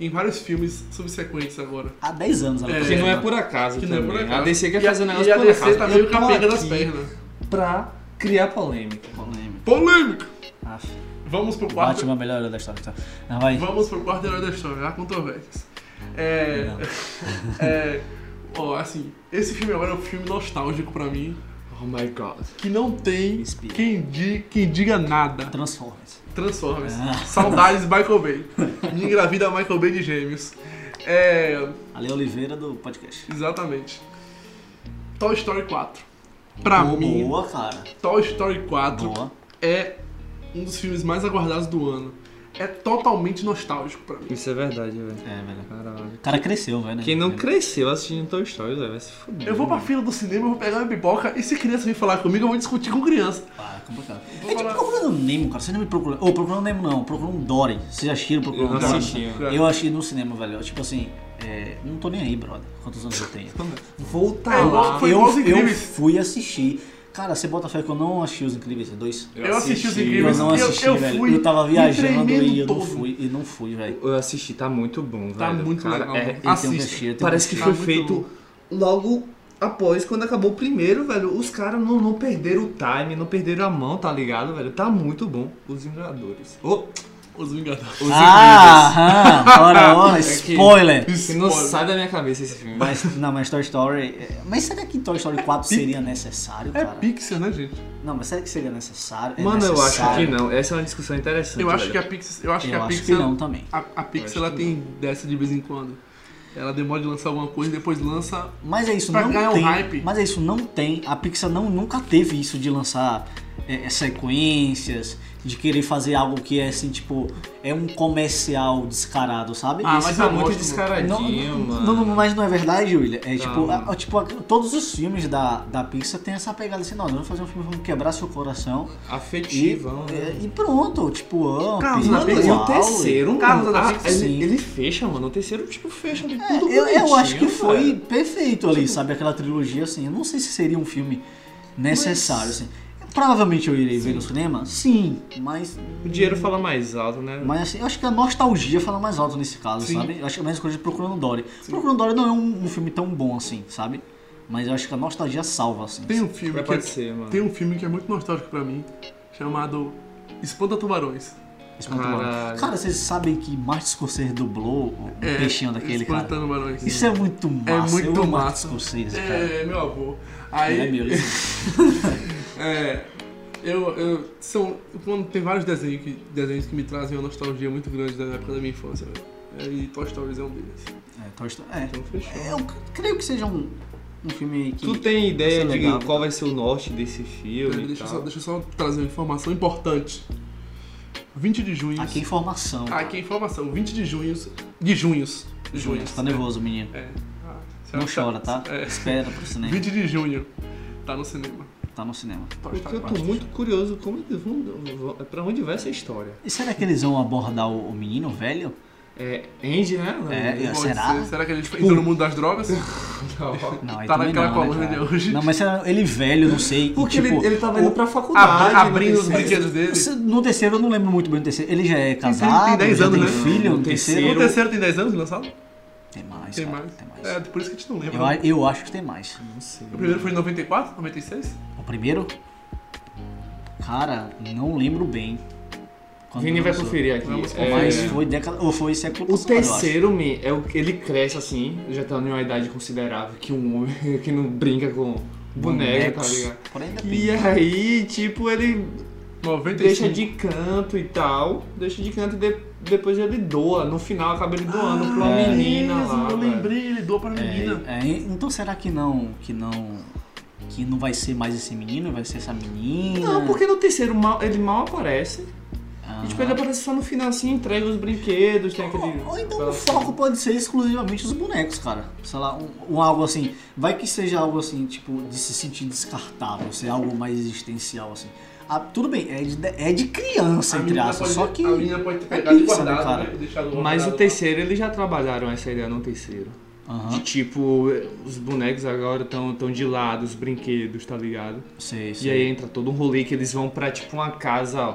C: em vários filmes subsequentes agora.
A: Há 10 anos ela
C: É,
A: tá
B: Que não é
A: fazendo.
B: por acaso.
C: Que não é por
B: também.
C: acaso.
B: A DC quer
C: E a-
B: fazer um
C: E
B: negócio
C: a
B: por
C: DC
B: acaso.
C: tá meio
B: Eu tô
C: capenga das
B: aqui
C: pernas.
B: Pra criar polêmica.
A: Polêmica.
C: Polêmica!
A: Aff.
C: Vamos pro quarto.
A: Batman é a melhor herói da história. Tá? Não, vai.
C: Vamos pro quarto herói da história, há controvérsias. É. é ó, assim, esse filme agora é um filme nostálgico pra mim,
B: Oh my god.
C: que não tem
A: Inspira.
C: quem, di, quem diga nada.
A: Transformers.
C: Transformers.
A: Ah.
C: Saudades de Michael Bay. Me engravida Michael Bay de gêmeos. É.
A: Ale Oliveira do podcast.
C: Exatamente. Toy Story 4. Pra
A: boa,
C: mim,
A: boa, cara.
C: Toy Story 4
A: Boa.
C: é um dos filmes mais aguardados do ano. É totalmente nostálgico pra mim.
B: Isso é verdade, velho.
A: É, velho.
B: Caralho.
A: O cara cresceu, velho. né?
B: Quem não
A: É.
B: cresceu assistindo Toy Story, velho, vai se fuder.
C: Eu vou pra fila do cinema, eu vou pegar minha pipoca e se criança vir falar comigo, eu vou discutir com criança.
A: Ah, é complicado.
C: Vou
A: É tipo
C: falar-
A: procurando um Nemo, cara. Você não me procura. Ou procurando um Nemo, não. Procurando um Dory. Vocês assistiram
B: Eu
A: procurando
B: não
A: um Dory?
B: assisti, ó.
A: Eu achei no cinema, velho. Tipo assim, é, não tô nem aí, brother. Quantos anos eu tenho?
D: Volta
C: É igual-
D: lá.
C: Foi
A: eu,
C: igual Os
A: eu
C: Incríveis.
A: fui assistir. Cara, você bota fé que eu não assisti os Incríveis dois.
C: Eu assisti Os
A: Eu
C: Incríveis.
A: não
C: eu-
A: assisti,
C: eu
A: velho.
C: fui
A: eu tava
C: me
A: viajando
C: tremendo
A: e eu não
C: todo.
A: fui, e não fui, velho.
B: Eu assisti, tá muito bom, velho.
C: Tá muito
B: Cara,
C: legal.
B: é-
A: Ele tem um
C: Assista.
A: recheio, tem um
B: Parece que
A: recheio.
B: foi
C: Tá muito
B: feito logo após, quando acabou o primeiro, velho. Os caras não, não perderam o time, não perderam a mão, tá ligado, velho? Tá muito bom. Os Vingadores. Ô,
C: Os Vingadores.
B: os
A: Ah, aham, ora, ora,
B: É que-
A: spoiler.
B: Invisíveis. Que não sai da minha cabeça esse filme.
A: Mas, não, mas Toy Story... é, Mas será que Toy Story 4 seria necessário,
C: É
A: cara?
C: Pixar, né, gente?
A: Não, mas será que seria necessário? É
B: Mano, eu acho que
A: necessário?
B: não. Essa é uma discussão interessante.
C: Eu acho que é
B: velho.
C: a Pixar. Eu acho que
A: tá Eu
C: a
A: acho
C: Pixar.
A: que não também.
C: A, a Pixar
B: acho
C: ela
B: que
C: tem dessa de vez em quando. Ela demora de lançar alguma coisa e depois lança.
A: Mas é isso,
C: Pra
A: não
C: ganhar um
A: tem.
C: hype.
A: Mas é isso, não tem. A Pixar não, nunca teve isso de lançar é, é, sequências, de querer fazer algo que é assim, tipo, é um comercial descarado, sabe?
C: Ah,
B: Esse
C: mas
B: tá
C: eu
B: muito
C: gosto,
B: descaradinho,
A: não,
B: mano.
A: não, não, mas não é verdade, William. É tipo,
B: mano.
A: a- tipo, a- todos os filmes da, da Pixar tem essa pegada assim, não, vamos fazer um filme, vamos quebrar seu coração. E,
B: Afetivão. né?
A: é, e pronto, tipo, up,
C: Carros da
B: é, Mano,
C: Pixar.
B: e
A: igual,
B: o terceiro,
C: Carros
B: mano,
C: da
B: ah,
C: Pixar,
A: sim.
B: ele, ele fecha, mano. O terceiro, tipo, fecha ali
A: É,
B: tudo
A: eu, eu acho que
B: bonitinho,
A: foi
B: velho.
A: perfeito
C: Tipo,
A: ali, sabe? Aquela trilogia, assim. Eu não sei se seria um filme necessário, assim. Provavelmente eu irei ver no cinema, sim, mas.
B: O dinheiro fala mais alto, né?
A: Mas assim, eu acho que a nostalgia fala mais alto nesse caso,
C: Sim.
A: sabe? Eu acho que é a mesma coisa de Procurando Dory. Procurando Dory não é um, um filme tão bom assim, sabe? Mas eu acho que a nostalgia salva, assim.
C: Tem um filme
B: Vai né?
C: que é,
B: pode ser, mano.
C: tem um filme que é muito nostálgico pra mim, chamado Espanta Tubarões.
A: Esse ponto bom.
B: Caralho.
A: Cara, vocês sabem que Martin Scorsese dublou o o
C: É,
A: peixinho daquele,
C: Espanta
A: cara?
C: Tubarões.
A: Isso é muito massa.
C: muito
A: eu amo Martin
C: massa.
A: Scorsese, cara.
C: É, meu avô.
A: Ele é
C: Aí,
A: meu, ele é meu.
C: É, eu, eu são quando tem vários desenhos que desenhos que me trazem uma nostalgia muito grande da época da minha infância. velho. E Toy Stories é um deles.
A: É, Toy Story- é.
B: Então fechou.
A: Eu creio que seja um, um filme que.
B: Tu tem
A: Vai
B: ideia de
A: ser legal.
B: qual vai ser o norte desse filme
C: Peraí,
B: e
C: Né, deixa, eu
B: tal?
C: só, deixa eu só trazer uma informação importante. 20 de junho.
A: Aqui é informação.
C: Aqui é informação. 20 de junho. De junhos. De
A: Júnior,
C: junhos.
A: tá nervoso, menino.
C: É. Ah, você
A: Não
C: acha-
A: chora, tá?
C: É.
A: Espera pro cinema.
C: 20 de junho. Tá no cinema.
A: Tá no cinema.
C: Toy
B: Porque
C: Story
B: eu tô
C: 4.
B: muito curioso como eles vão, vão- é pra onde vai essa história.
A: E será que eles vão abordar o, o menino velho?
B: É Andy, né? Não,
A: É,
B: não.
A: eu-
C: Pode
A: será?
C: ser. Será que a gente entrou no mundo das drogas?
B: Então,
A: Não, aí
C: Tá
A: também
C: naquela
A: não, né,
C: colônia
A: cara?
C: de hoje.
A: Não, mas será ele velho, não sei. e,
B: Porque
A: tipo,
B: ele, ele tava indo
A: o-
B: pra faculdade. né?
C: Abri- abrindo os
B: não tem sexo.
C: brinquedos dele.
A: se- No terceiro eu não lembro muito bem do terceiro. Ele já é casado,
C: tem 10
A: já
C: anos,
A: tem
C: né?
A: filho
B: No
A: no
B: terceiro-
A: terceiro.
C: O terceiro tem 10 anos lançado?
A: Tem mais,
C: Tem
A: cara,
C: mais.
A: tem mais.
C: É, por isso que a gente não lembra.
A: Eu, a- eu acho que tem mais.
B: Não sei.
C: O primeiro foi em 94, 96?
A: O primeiro? Cara, não lembro bem. Quando
B: Vini vai
A: lançou.
B: conferir aqui.
C: Vamos
B: É,
A: Mas foi década. Ou foi século
B: O
A: passado, eu acho.
B: terceiro, me é o que ele cresce assim, já tá numa idade considerável, que um homem que não brinca com boneco, tá
A: Bonecos.
B: ligado?
A: Porém,
B: E
A: depende.
B: aí, tipo, ele
C: 95.
B: deixa de canto e tal, deixa de canto e de- depois ele doa. No final acaba ele doando pra uma
A: é.
B: menina
C: Beleza,
B: lá.
C: Ah, Eu
B: velho.
C: lembrei, ele doa pra menina.
A: É, é, então será que não. Que não. Que não vai ser mais esse menino, vai ser essa menina?
B: Não, porque no terceiro mal, ele mal aparece.
A: Ah.
B: E tipo, ele aparece só no final assim, entrega os brinquedos, tem aquele.
A: Ou então o foco pode ser exclusivamente os bonecos, cara. Sei lá, um, um algo assim. Vai que seja algo assim, tipo, de se sentir descartável, ser algo mais existencial, assim. Ah, tudo bem, é de, é de criança,
C: A
A: entre
C: menina
A: aspas.
C: pode-
A: Só que.
C: A menina pode ter
A: é
C: pegado e
A: pizza, né,
C: guardado,
A: cara?
C: né? Deixado
B: Mas o
C: guardado lá.
B: terceiro eles já trabalharam essa ideia no terceiro. De
A: Aham,
B: tipo, os bonecos agora estão tão de lado, os brinquedos, tá ligado?
A: sei,
B: E
A: sei.
B: aí entra todo um rolê que eles vão pra tipo uma casa, ó,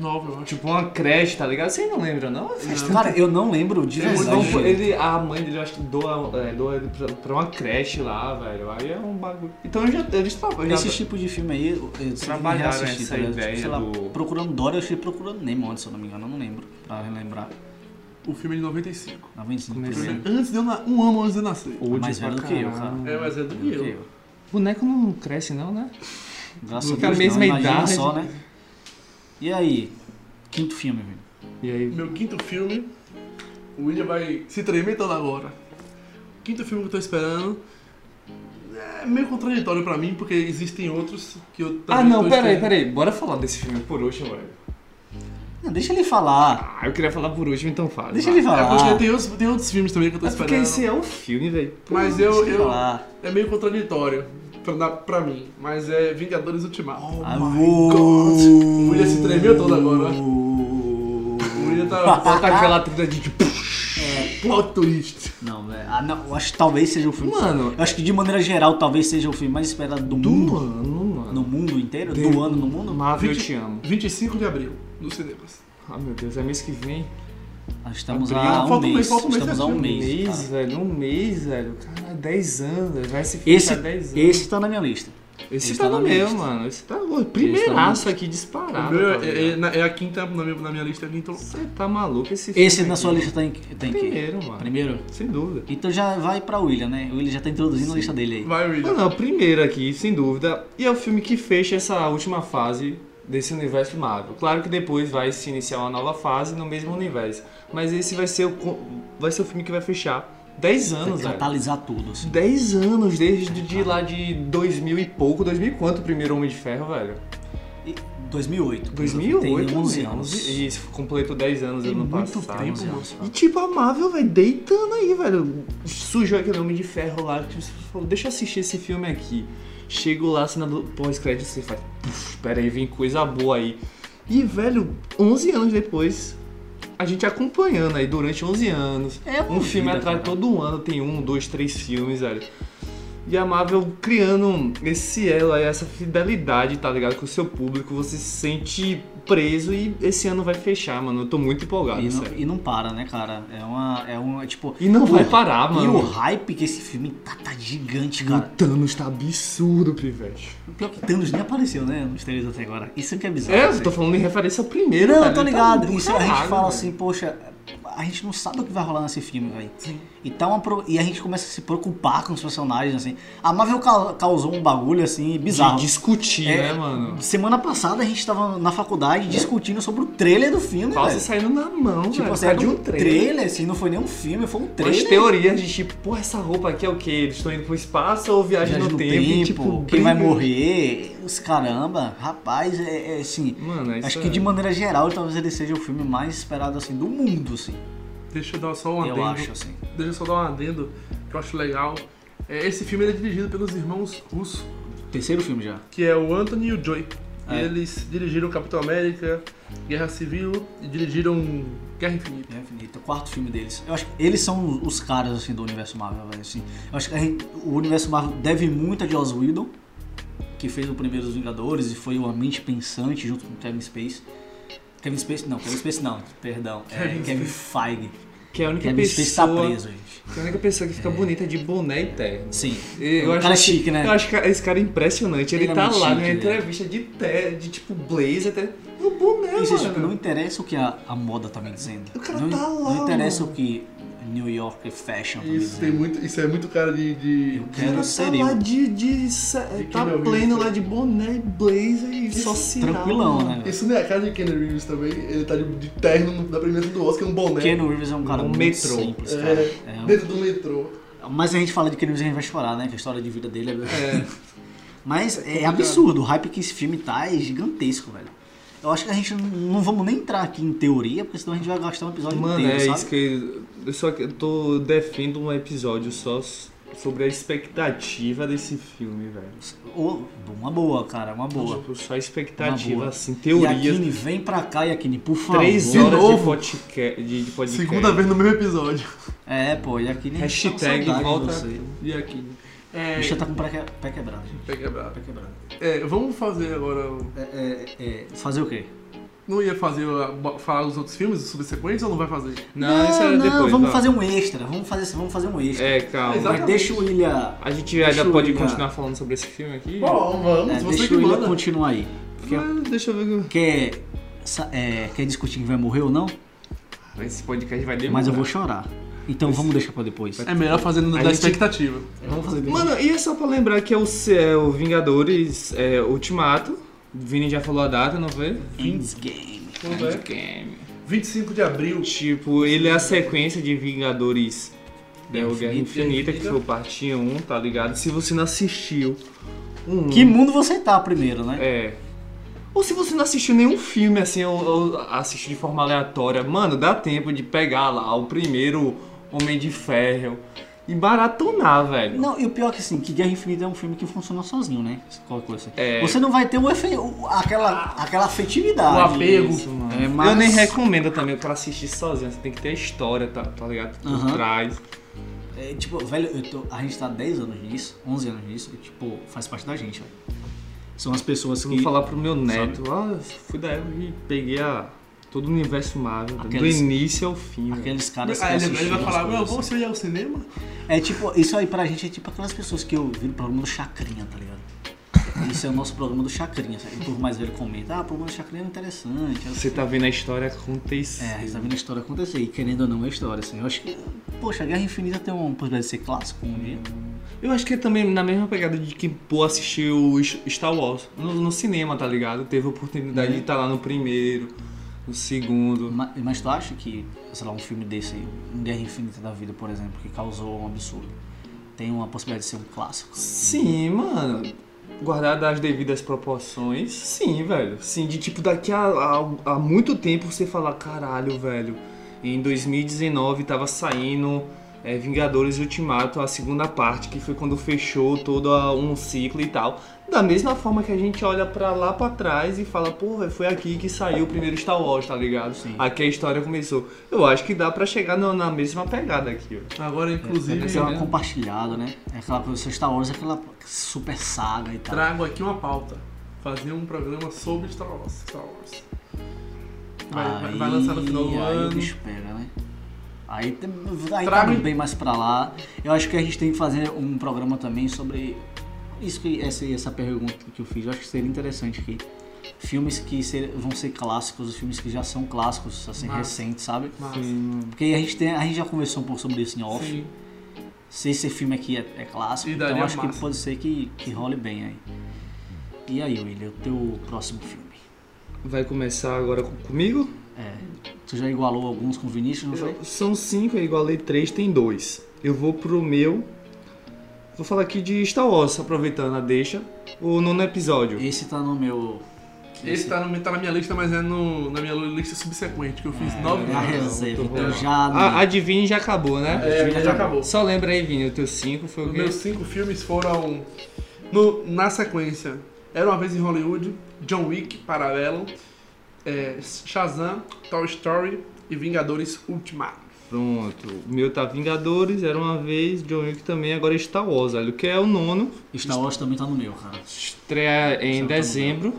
C: Nova, eu acho.
B: tipo uma creche, tá ligado? Vocês não lembram, não?
C: É,
A: Cara, eu não lembro de
B: Eles
A: verdade.
B: vão, É ele, a mãe dele, eu acho que doa, é, doa ele pra, pra uma creche lá, velho. Aí é um bagulho. Então eu já, eles trabalham.
A: Esse tipo de filme aí, eu eu sempre
B: Trabalharam
A: reassisti,
B: essa
A: tá ligado?
B: ideia
A: tipo, sei lá,
B: do-
A: Procurando Dory, eu achei Procurando Nemo antes, se eu não me engano, eu não lembro, pra relembrar. Tá
C: O filme é de 95.
A: Na 25, por
B: Comecei.
A: exemplo.
C: Antes de eu na... um ano antes de eu nascer.
A: É mais velho do que eu, cara.
C: É, mas é do que
A: Do que
C: eu.
A: eu.
B: Boneco não cresce, não, né?
A: Graças
B: Fica
A: a
B: a
A: Deus,
B: mesma
A: não, imagina
B: idade.
A: só, né? E aí, quinto filme, velho.
B: E aí.
C: Meu quinto filme, o William vai se tremer todo agora. Quinto filme que eu tô esperando é é meio contraditório pra mim, porque existem outros que eu
B: Ah,
C: também
B: não,
C: tô
B: peraí,
C: esperando.
B: peraí. Bora falar desse filme por último, velho.
A: Não, deixa ele falar.
B: Ah, eu queria falar por último, então fala.
A: Deixa ele falar.
C: É porque tem outros, tem outros filmes também que eu tô
B: Mas porque
C: esperando.
B: esse Ah. é um filme, velho.
C: Mas eu,
A: Deixa ele
C: eu.
A: falar.
C: É meio contraditório pra, pra mim. Mas é Vingadores Ultimato.
B: Oh
A: Ah,
C: O William se tremeu todo agora. O William tá.
B: Só tá aquela trilha de tipo.
C: Plot twist.
A: Não, velho. Ah, não, eu acho que talvez seja o filme.
B: Mano.
A: Eu acho que de maneira geral talvez seja o filme mais esperado do, mundo.
B: ano,
A: No
B: mano.
A: mundo inteiro?
B: Deus.
A: Do ano no mundo? um.
B: Marvel, eu
C: Vinte-
B: te amo.
C: 25 de abril, nos cinemas.
B: Ah, meu Deus, é mês que vem.
A: Nós estamos
B: Abril.
A: há um
C: Falta um mês,
A: mês.
C: falta um mês,
A: Estamos há um
C: falta um
B: Um
A: mês.
B: mês,
A: cara.
B: velho. Um mês, velho. Cara, 10 anos. velho. Vai se fechar
A: Esse,
B: 10 anos.
A: esse tá na minha lista.
B: Esse
A: Esse
B: tá
A: tá
B: no
A: na
B: meu,
A: lista.
B: mano. Esse tá o primeiraço aqui
C: O
B: disparado.
C: meu
B: tá
A: né?
C: é, é-
B: ligado?
C: na- é a quinta na minha, na minha lista, é quinto.
B: Você tá maluco esse filme?
A: Esse na
B: aqui,
A: sua
B: mano.
A: lista tá em, tá em quê?
B: Primeiro, mano.
A: Primeiro?
B: Sem dúvida.
A: Então já vai pra William, né? O William já tá introduzindo a lista dele aí.
C: Vai,
B: Não,
C: William.
B: Ah, não, primeiro aqui, sem dúvida. E é o filme que fecha essa última fase desse universo Marvel. Claro que depois vai se iniciar uma nova fase no mesmo universo. Mas esse vai ser o, co- vai ser o filme que vai fechar 10 anos,
A: Vai
B: velho.
A: catalisar tudo, assim.
B: 10 anos desde de lá de 2000 e pouco, 2000 e quanto o primeiro Homem de Ferro, velho?
A: E 2008.
B: 2008,
A: Tem 11 anos.
B: E isso completou 10 anos
C: Tem
B: ano
C: muito
B: passado.
C: tempo,
A: 11 anos.
B: E tipo, a Marvel, velho, deitando aí, velho. Sujou aquele homem de ferro lá. que você falou, deixa eu assistir esse filme aqui. Chego lá, cena do pós-crédito, você faz. "Puf, Espera aí, vem coisa boa aí. E, velho, 11 anos depois, a gente acompanhando aí durante 11 anos.
A: É
B: Um filme atrás todo ano, tem um, dois, três filmes, velho. E a Marvel criando esse elo aí, essa fidelidade, tá ligado? Com o seu público, você se sente preso e esse ano vai fechar, mano. Eu tô muito empolgado,
A: E
B: Ah, sério.
A: não, e não para, né, cara? É uma. É uma tipo.
B: E não
A: o-
B: vai parar,
A: E o
B: mano.
A: hype que esse filme tá, tá gigante,
B: O
A: cara.
B: Thanos tá absurdo, pivete.
A: Pior é que Thanos nem apareceu, né? Nos trailers até agora. Isso que é bizarro.
B: É,
A: assim.
B: eu tô falando em referência ao primeiro,
A: Não,
B: velho.
A: eu tô
B: Ele tá
A: ligado.
B: do
A: Isso a gente
B: caralho,
A: fala
B: velho.
A: assim, poxa, a gente não sabe o que vai rolar nesse filme, velho. E, tá uma pro- e a gente começa a se preocupar com os personagens, assim. A Marvel ca- causou um bagulho, assim, bizarro.
B: De discutir,
A: É,
B: né, mano?
A: Semana passada a gente tava na faculdade discutindo sobre o trailer do filme,
B: Quase
A: velho.
B: saindo na mão,
A: Tipo,
B: velho.
A: assim, era
B: Cada
A: de um trailer, assim, não foi nem um filme, foi um
B: As
A: trailer.
B: teorias de tipo, pô, essa roupa aqui é o quê? Eles estão indo pro espaço ou viagem,
A: Viagem
B: no, tempo? E, tipo,
A: quem vai
B: briga.
A: morrer, os caramba, rapaz, é, é, assim.
B: Mano, é isso
A: Acho que
B: aí.
A: de maneira geral, talvez ele seja o filme mais esperado assim do mundo, assim.
C: Deixa eu dar só um adendo.
A: eu acho, assim.
C: Deixa eu só dar um adendo que eu acho legal. É, esse filme ele é dirigido pelos irmãos Russo,
A: Terceiro filme já.
C: que é o Anthony e o Joy.
A: É.
C: Eles dirigiram Capitão América, Guerra Civil e dirigiram Guerra Infinita.
A: Guerra Infinita, o É, quarto filme deles. Eu acho que eles são os caras assim do universo Marvel, velho. Assim, eu acho que a gente- o universo Marvel deve muito a Joss Whedon, que fez o primeiro dos Vingadores e foi uma mente pensante junto com o Kevin Space. Kevin Space não, Kevin Space não, perdão. É,
C: Kevin
A: Kevin, Feige.
B: Que é a única
A: Kevin Space tá
B: pessoa.
A: preso, gente.
B: que é a única pessoa que fica bonita de boné e terno.
A: Sim.
B: E
A: o cara é chique, né?
B: Eu acho que esse cara é impressionante. Ele,
A: Ele é
B: tá
A: muito
B: lá
A: chique,
B: na
A: né?
B: entrevista de terno, de tipo blazer, até. No boné,
A: Isso, tipo, não
B: mano.
A: interessa o que a, a moda tá me dizendo.
B: O cara
A: não,
B: tá lá,
A: não interessa
B: mano.
A: o que New York Fashion tá me
C: Isso, tem
A: dizendo.
C: muito, isso é muito cara de. de-
A: Eu
B: O cara
A: quero ser
B: tá lá
A: eu.
B: de. de, sa-
C: De
B: tá
C: Keanu
B: pleno
C: Reeves.
B: lá de boné e blazer e só sinal.
A: Tranquilão,
B: mano.
A: né? velho?
C: Isso não é a cara de Kenny Reeves também, ele tá de, de terno no- na premiação do Oscar, um boné.
A: Keanu Reeves é um cara
B: No
A: muito
B: metrô.
A: simples,
C: É,
A: cara. É um-
C: Dentro do metrô.
A: Mas a gente fala de Keanu Reeves, a gente vai chorar, né? Que a história de vida dele é... Mas é absurdo. O hype que esse filme tá é gigantesco, velho. Eu acho que a gente não, não vamos nem entrar aqui em teoria, porque senão a gente vai gastar um episódio
B: Mano,
A: inteiro,
B: é
A: sabe?
B: isso que eu só que eu tô defendo um episódio só s- sobre a expectativa desse filme, velho.
A: Ou- uma boa, cara, uma boa.
B: Tipo, só
A: Uma
B: expectativa
A: boa.
B: assim,
A: E a
B: teorias.
A: Kine vem pra cá e a Kine, por favor.
B: Três
A: De
B: horas de
A: novo.
B: podcast, de, de podcast.
C: Segunda vez no mesmo episódio.
A: É, pô, e a Kine...
B: Hashtag
A: tá com saudade de
B: volta.
A: você.
C: E aqui. É,
A: Bicha tá com pé que- pé quebrado, gente.
C: Pé quebrado.
A: Pé quebrado.
C: É, vamos fazer agora. o-
A: É, é, é, fazer o quê?
C: Não ia fazer a- falar dos outros filmes, os subsequentes, ou não vai fazer?
B: Não, isso é depois.
A: vamos
B: não.
A: fazer um extra. Vamos fazer, vamos fazer um extra.
B: É, calma.
C: Exato.
A: Mas deixa o Ilha...
B: A gente
A: Deixa
B: ainda
A: eu
B: pode
A: olhar.
B: continuar falando sobre esse filme aqui?
C: Bom, vamos,
A: É,
C: você
A: deixa
C: que
A: o William
C: manda.
A: continuar aí. Quer,
B: Ah, deixa eu ver.
A: quer, sa- é, quer discutir quem vai morrer ou não?
B: o- Esse podcast vai demorar.
A: Mas eu vou chorar. Então vamos deixar pra depois.
C: É melhor fazer no
B: A
C: da
B: gente-
C: expectativa.
A: Vamos fazer depois.
B: Mano, e é só pra lembrar que é o, C- é o Vingadores é, Ultimato. Vini já falou a data, não foi? é,
A: Endgame.
C: Tudo bem.
B: Endgame.
C: 25 de abril.
B: Tipo, ele é a sequência de Vingadores É o Guerra Infinita, que foi o parte 1, tá ligado? Se você não assistiu um.
A: Que mundo você tá primeiro, né?
B: É. Ou se você não assistiu nenhum filme assim, ou, ou assistiu de forma aleatória, mano, dá tempo de pegar lá o primeiro Homem de Ferro e maratonar, velho.
A: Não, e o pior é que assim, que Guerra Infinita é um filme que funciona sozinho, né? Qualquer coisa assim.
B: É.
A: Você não vai ter o efe... o- aquela, aquela
C: O
A: afetividade.
C: apego.
B: Isso, mano.
A: É, mas-
B: Eu nem recomendo também pra assistir sozinho. Você tem que ter a história, tá, tá ligado? Por
A: Aham.
B: trás.
A: É, tipo, velho, eu tô- a gente tá 10 anos nisso, 11 anos nisso, e, tipo, faz parte da gente, velho. São as pessoas
B: Eu
A: que.
B: vou falar pro meu neto. Ah, eu fui da época e peguei a, todo o universo Marvel,
A: Aqueles-
B: do início ao fim. velho.
A: Aqueles caras que
C: Aí Ah, ele, ele
A: assistiram
C: vai
A: as
C: falar,
A: coisas
C: meu, vamos ir ao cinema?
A: É tipo, isso aí pra gente é tipo aquelas pessoas que eu vi no programa do Chacrinha, tá ligado? Isso é o nosso programa do Chacrinha, sabe? O povo mais velho comenta, ah, o programa do Chacrinha é interessante.
B: Você tá vendo a história acontecer.
A: É, a gente tá vendo a história acontecer, e querendo ou não, é história, assim. Eu acho que, poxa, Guerra Infinita tem uma possibilidade de ser clássico um dia.
B: Eu acho que é também na mesma pegada de quem pô, assistiu S- Star Wars no, no cinema, tá ligado? Teve a oportunidade de estar lá no primeiro, no segundo.
A: Ma- Mas, tu acha que, sei lá, um filme desse, um Guerra Infinita da vida, por exemplo, que causou um absurdo, tem uma possibilidade de ser um clássico?
B: Sim, mano. Guardado as devidas proporções, sim, velho. Sim, de tipo, daqui a, a, a muito tempo você falar, caralho, velho. Em 2019 tava saindo é, Vingadores Ultimato, a segunda parte, que foi quando fechou todo a- um ciclo e tal. Da mesma forma que a gente olha pra lá pra trás e fala, porra, foi aqui que saiu o primeiro Star Wars, tá ligado?
A: Sim.
B: Aqui a história começou. Eu acho que dá pra chegar na, na mesma pegada aqui, ó.
C: Então, Agora,
A: É
C: inclusive,
A: porque é uma compartilhada, né? É aquela coisa, Star Wars é aquela super saga e tal.
C: trago aqui uma pauta. Fazer um programa sobre Star Wars. Star Wars. Vai, vai- vai lançar no final do
A: aí o
C: ano.
A: bicho pega, né? Aí, tem- aí tá
C: Traga- um
A: bem mais pra lá. Eu acho que a gente tem que fazer um programa também sobre isso que essa, essa pergunta que eu fiz. Eu acho que seria interessante aqui. Filmes que ser- vão ser clássicos, os filmes que já são clássicos, assim,
C: Massa.
A: recentes, sabe?
C: Mas,
B: Sim.
A: Porque a gente, tem, a gente já conversou um pouco sobre isso em off.
C: sim.
A: Se esse filme aqui é, é clássico,
C: E
A: então
C: daria
A: eu acho que
C: massa.
A: pode ser que, que role bem aí. E aí, William, o teu próximo filme?
B: Vai começar agora com- comigo?
A: É, tu já igualou alguns com o Vinícius, não foi?
B: Eu- São cinco, é eu igualei três, tem dois. Eu vou pro meu. Vou falar aqui de Star Wars, aproveitando a deixa. O nono episódio.
A: Esse tá no meu.
C: Esse tá, no- tá na minha lista, mas é no, na minha lista subsequente, que eu fiz nove
A: É, na
C: anos.
A: reserva.
B: tô
A: Então
B: bom.
A: já.
B: A, adivinha já acabou, né?
C: É, já acabou.
B: Só lembra aí, Vini, o teu cinco foi o
C: Os
B: quê?
C: meus cinco filmes foram no- na sequência. Era uma vez em Hollywood, John Wick, Paralelo, é, Shazam, Toy Story e Vingadores Ultimato.
B: Pronto. O meu tá Vingadores, era uma vez, John Wick também, agora Star Wars, olha, o que é o nono.
A: Star Wars também tá no meu, cara.
B: Estreia
A: Só
B: em
A: tá
B: dezembro.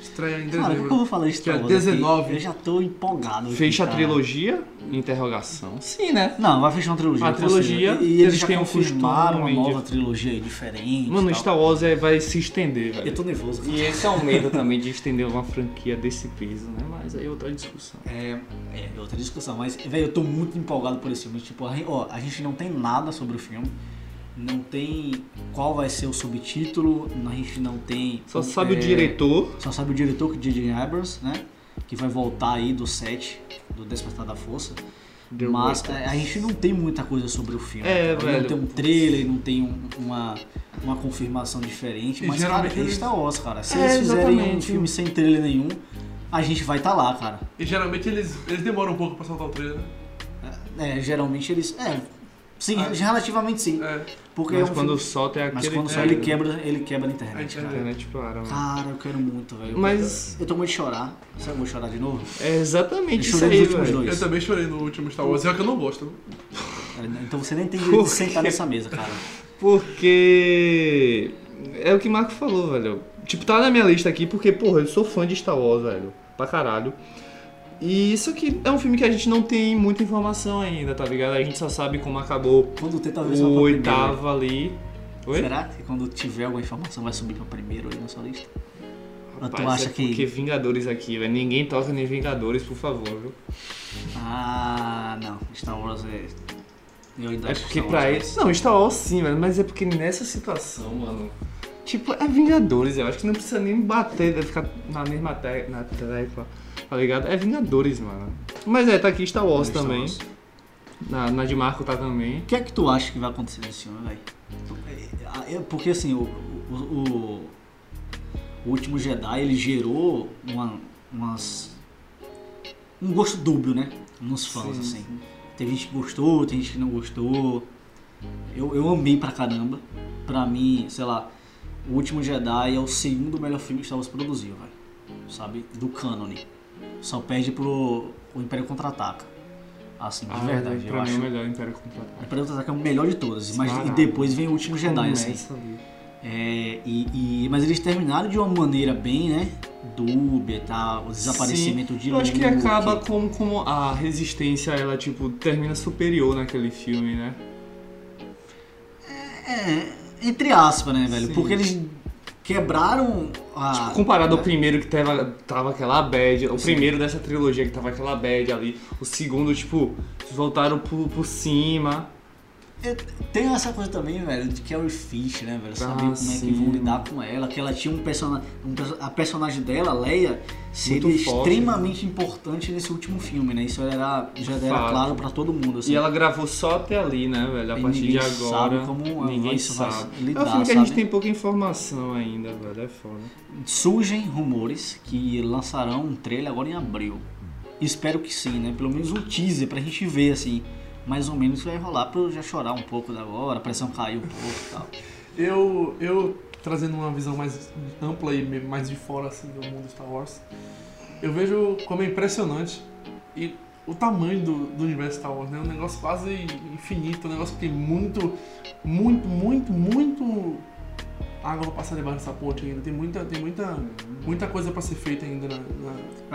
C: Estreia em
A: Cara, como eu
C: dezembro.
A: vou falar de Star
C: Dia
A: Wars? aqui?
C: 19.
A: eu já tô empolgado. aqui,
B: Fecha a
A: cara.
B: trilogia? Interrogação. Sim, né?
A: Não, vai fechar uma trilogia.
B: A
A: com certeza.
B: trilogia,
A: E eles
B: eles
A: já
B: têm um
A: confirmaram uma
B: costume de-
A: nova trilogia aí, diferente.
B: Mano,
A: e tal.
B: Star Wars é- vai se estender, velho.
A: tá. Eu tô nervoso, cara.
B: E esse é o medo também de estender uma franquia desse peso, né? Mas aí é outra discussão.
A: É, é outra discussão, mas, velho, eu tô muito empolgado por esse filme. Tipo, a gen- ó, a gente não tem nada sobre o filme, não tem qual vai ser o subtítulo, a gente não tem.
B: Só sabe
A: é,
B: o diretor.
A: Só sabe o diretor, que é J.J. Abrams, né? Que vai voltar aí do set, do Despertar da Força. mas é, a gente não tem muita coisa sobre o filme.
B: É,
A: Não
B: velho.
A: tem um trailer, não tem um- uma, uma confirmação diferente.
C: E
A: Mas, cara,
C: geralmente
A: é
C: eles-
A: Star Wars, cara. Se
B: É,
A: eles fizerem um
B: exatamente.
A: filme sem trailer nenhum, a gente vai estar lá, cara.
C: E geralmente eles, eles demoram um pouco pra soltar o trailer. né?
A: É, geralmente eles. É, sim,
C: Ah.
A: relativamente sim.
C: É.
A: Porque é
B: Mas
A: um
B: quando
A: filme-
B: solta é aquele.
A: mas quando sai,
B: é,
A: ele quebra, ele quebra a
C: A
A: internet, cara.
C: internet.
B: Internet para, mano.
A: Cara, eu quero muito, velho.
B: Mas
A: Eu tô com medo de chorar. Será que eu vou chorar de novo?
B: é exatamente
A: Eu
B: isso
A: chorei
B: aí,
A: nos últimos
B: velho.
A: dois.
C: Eu também chorei no último Star Wars, já que eu não gosto. né?
A: Então você nem tem direito
B: Por
A: de
B: quê?
A: sentar nessa mesa, cara.
B: Porque. É o que o Marco falou, velho. Tipo, tá na minha lista aqui porque, porra, eu sou fã de Star Wars, velho. Pra caralho. E isso aqui é um filme que a gente não tem muita informação ainda, tá ligado? A gente só sabe como acabou
A: Quando ter, talvez
B: o
A: vá pra primeiro.
B: oitavo ali. tá. Oi?
A: Será que quando tiver alguma informação vai subir pra primeiro aí na sua lista? Ou tu
B: Rapaz,
A: acha
B: é
A: que-
B: porque Vingadores aqui, velho. Ninguém toca nem Vingadores, por favor, viu?
A: Ah, não. Star Wars é. Eu ainda
B: É
A: acho
B: porque
A: Star
B: pra
A: Wars-
B: eles. Não, Star Wars sim, velho. Mas é porque nessa situação, mano. Tipo, é Vingadores, eu acho que não precisa nem bater, deve ficar na mesma te... na tecla, tá ligado? É Vingadores, mano. Mas é, tá aqui Star Wars
A: Star
B: também.
A: Wars.
B: Na, na de Marco tá também.
A: O que é que tu acha que vai acontecer nesse filme, velho? Tu- é, é, Porque assim, o, o- o- o último Jedi ele gerou uma- umas- um gosto dúbio, né? Nos fãs,
B: Sim,
A: assim. Tem gente que gostou, tem gente que não gostou. Eu, eu amei pra caramba. Pra mim, sei lá, o último Jedi é o segundo melhor filme que Star Wars produziu, velho. Sabe? Do cânone. Só perde pro O Império Contra-Ataca. Assim, de
B: Ah,
A: verdade, eu
B: Pra mim é
A: acho.
B: o melhor Império Contra-Ataca.
A: O Império Contra-Ataque é o melhor de todas, mas
B: Disparado.
A: e depois vem o último Jedi, assim. É, e, e- mas eles terminaram de uma maneira bem, né? Dúbia, tá? O desaparecimento de
B: Eu acho que
A: Luke.
B: acaba como, como a resistência, ela, tipo, termina superior naquele filme, né?
A: É, entre aspas, né, velho?
B: Sim.
A: Porque eles quebraram a.
B: Tipo, comparado
A: Né?
B: ao primeiro que tava, tava aquela bad, o primeiro dessa trilogia que tava aquela bad ali, o segundo, tipo, eles voltaram por, por cima.
A: Tem essa coisa também, velho, de Carrie Fish, né, velho? Saber
B: Ah,
A: como é que
B: sim.
A: vão lidar com ela. Que ela tinha um personagem. a personagem dela, Leia, seria
B: Muito forte.
A: extremamente importante nesse último filme, né? Isso era, já era
B: Fato.
A: claro pra todo mundo. Assim.
B: E ela gravou só até ali, né, velho? A
A: E
B: partir de
A: ninguém
B: agora.
A: sabe como
B: ninguém
A: isso vai
B: sabe.
A: lidar,
B: é um filme que a
A: sabe?
B: gente tem pouca informação ainda, velho. É foda.
A: Surgem rumores que lançarão um trailer agora em abril. Espero que sim, né? Pelo menos um teaser pra gente ver, assim, mais ou menos o que vai rolar pra eu já chorar um pouco da hora, a pressão cair um pouco e tal.
C: Eu, eu trazendo uma visão mais ampla e me- mais de fora assim do mundo Star Wars, eu vejo como é impressionante e o tamanho do, do universo Star Wars, né? Um negócio quase infinito, um negócio que tem muito, muito, muito, muito água pra passar debaixo dessa ponte ainda. Tem muita, tem muita, muita coisa pra ser feita ainda na- na-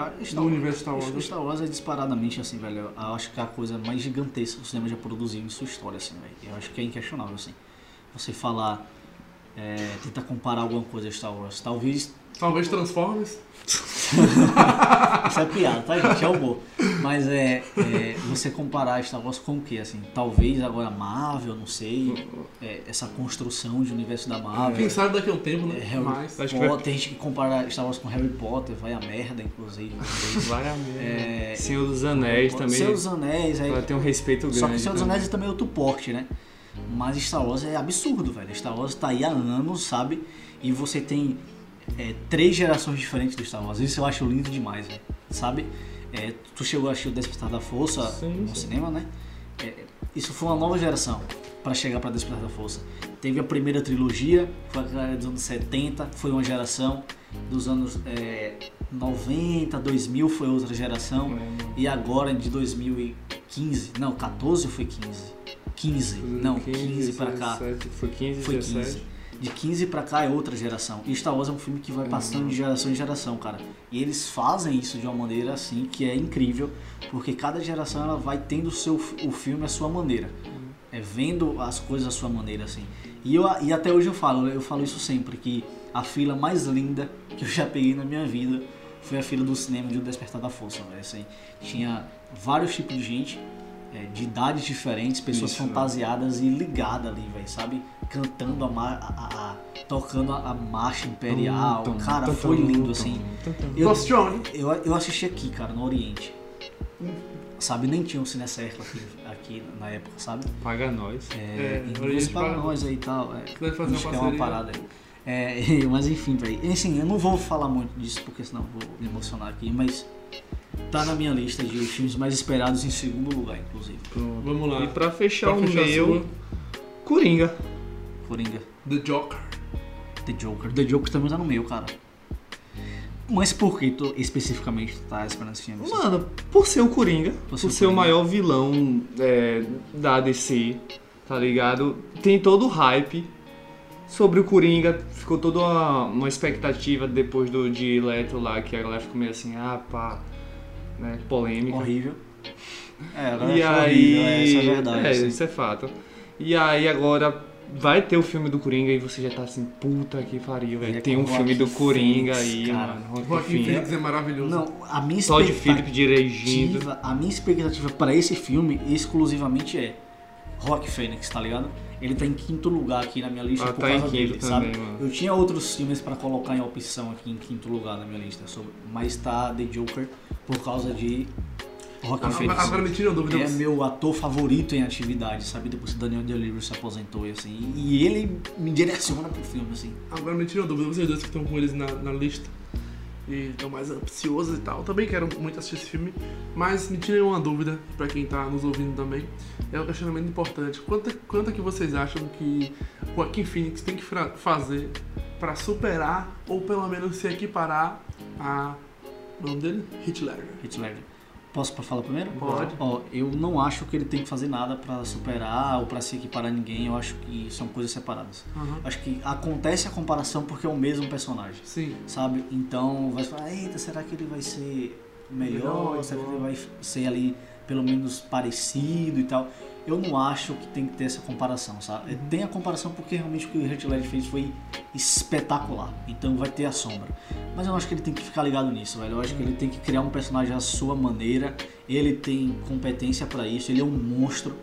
B: Ah,
C: no universo Star
A: Isso,
C: Wars.
A: Star Wars é disparadamente assim, velho. Eu acho que é a coisa mais gigantesca que o cinema já produziu em sua história, assim, velho. Eu acho que é inquestionável, assim. Você falar. É, tentar comparar alguma coisa a Star Wars. Talvez.
C: Talvez Transformers.
A: Isso é piada, tá, gente? É humor. Mas é, é, Você comparar Star Wars com o quê, assim? Talvez agora Marvel, não sei. é, essa construção de universo da Marvel.
C: Quem sabe daqui a um tempo, né?
A: É, Harry
C: Mas
B: Acho que vai-
A: Potter, Tem gente que compara Star Wars com Harry Potter, vai a merda, inclusive.
B: Vai a merda.
A: É,
B: Senhor dos Anéis também.
A: Seus Anéis, aí
B: Ela tem um respeito grande. né?
A: Só que Senhor dos
B: também.
A: Anéis é também outro porte, né? Mas Star Wars é absurdo, velho. Star Wars tá aí há anos, sabe? E você tem é, três gerações diferentes do Star Wars. Isso eu acho lindo demais, velho. Sabe? É, tu chegou a assistir o Despertar da Força
B: Sim,
A: no
B: sim.
A: cinema, né? É, isso foi uma nova geração pra chegar pra Despertar da Força. Teve a primeira trilogia, foi aquela dos anos 70, foi uma geração. Dos anos é, 90, 2000 foi outra geração.
B: É,
A: E agora de 2015, não, 14 ou foi 15? 15, não, 15, pra cá.
B: 17, Foi 15,
A: Foi
B: 17.
A: 15. De 15 pra cá é outra geração. E Star Wars é um filme que vai passando de geração em geração, cara. E eles fazem isso de uma maneira assim que é incrível, porque cada geração ela vai tendo o seu o filme à sua maneira. É vendo as coisas à sua maneira assim. E eu e até hoje eu falo, eu falo isso sempre que a fila mais linda que eu já peguei na minha vida foi a fila do cinema de O Despertar da Força, velho. Assim, tinha vários tipos de gente, é, de idades diferentes, pessoas
B: Isso, né?
A: fantasiadas e ligadas ali, velho, sabe? Cantando a, mar- a- a- a- tocando a, a marcha imperial.
B: Tum, tum,
A: cara,
B: tum,
A: foi
B: tum,
A: lindo
B: tum,
A: assim.
B: tum, tum.
A: Eu,
C: Lost Johnny.
A: eu, eu assisti aqui, cara, no Oriente. Sabe, nem tinha um cine aqui, aqui na época, sabe?
B: Paga nós.
C: É,
A: É,
C: Oriente
A: para
C: paga.
A: nós aí e tal. É,
C: Vai fazer
A: acho
C: uma
A: que é uma
C: parceria.
A: parada aí. É, mas enfim, velho. Assim, eu não vou falar muito disso porque senão eu vou me emocionar aqui, mas tá na minha lista de filmes mais esperados em segundo lugar, inclusive.
B: Pronto.
C: Vamos lá.
B: E pra fechar
C: Pra
B: o
C: fechar a
B: meu, Coringa.
A: Coringa,
C: The Joker.
A: The Joker. The Joker também tá no meu, cara. Mas por que tu especificamente tu tá esperando esse filme?
B: Mano, por ser o Coringa, por
A: ser
B: ser,
A: o
B: o
A: Coringa.
B: maior vilão é, da DC, tá ligado? Tem todo o hype sobre o Coringa, ficou toda uma, uma expectativa depois do de Leto lá, que a galera ficou meio assim, ah pá, né, polêmica.
A: Horrível. É, agora
B: E
A: eu acho
B: aí.
A: horrível, é, isso é verdade.
B: É,
A: assim.
B: isso é fato. E aí agora vai ter o filme do Coringa e você já tá assim, puta que pariu,
A: E é
B: velho. Tem um
A: com
B: filme do
A: Joaquin
B: Coringa
A: Phoenix,
B: aí,
A: cara.
B: mano. Joaquin
C: Joaquim
B: Phoenix.
C: Phoenix é maravilhoso.
A: Não, a minha
B: Todd
A: expectativa.
B: Philip dirigindo.
A: expectativa- a minha expectativa pra esse filme exclusivamente é Rock Fênix, tá ligado? Ele tá em quinto lugar aqui na minha lista
B: Ah,
A: por
B: tá em
A: causa dele,
B: quinto
A: sabe?
B: também, mano.
A: Eu tinha outros filmes pra colocar em opção aqui em quinto lugar na minha lista, sobre- mas tá The Joker por causa de
B: Ah,
A: Rock
C: Agora agora me tira a dúvida.
A: é meu ator favorito em atividade, sabe? Depois que o Daniel Day-Lewis se aposentou e assim. E ele me direciona pro filme, assim.
C: Agora me tira a dúvida, vocês dois que estão com eles na, na lista e estão mais ansiosos e tal, eu também quero muito assistir esse filme, mas me tirem uma dúvida pra quem tá nos ouvindo também, é um questionamento importante. Quanto, quanto é que vocês acham que o Joaquin Phoenix tem que fra- fazer pra superar ou pelo menos se equiparar a. O nome dele? Hitler.
A: Hitler. Posso pra falar primeiro?
C: Pode.
A: Ó, eu não acho que ele tem que fazer nada pra superar ou pra se equiparar a ninguém. Eu acho que são coisas separadas.
C: Aham.
A: Acho que acontece a comparação porque é o mesmo personagem.
C: Sim.
A: sabe? Então vai falar, eita, será que ele vai ser melhor?
C: Melhor,
A: será que
C: igual.
A: ele vai ser ali pelo menos parecido e tal? Eu não acho que tem que ter essa comparação, sabe? Tem a comparação porque realmente o que o Heath Ledger fez foi espetacular. Então vai ter a sombra. Mas eu não acho que ele tem que ficar ligado nisso, velho. Eu acho que ele tem que criar um personagem à sua maneira. Ele tem competência pra isso, ele é um monstro.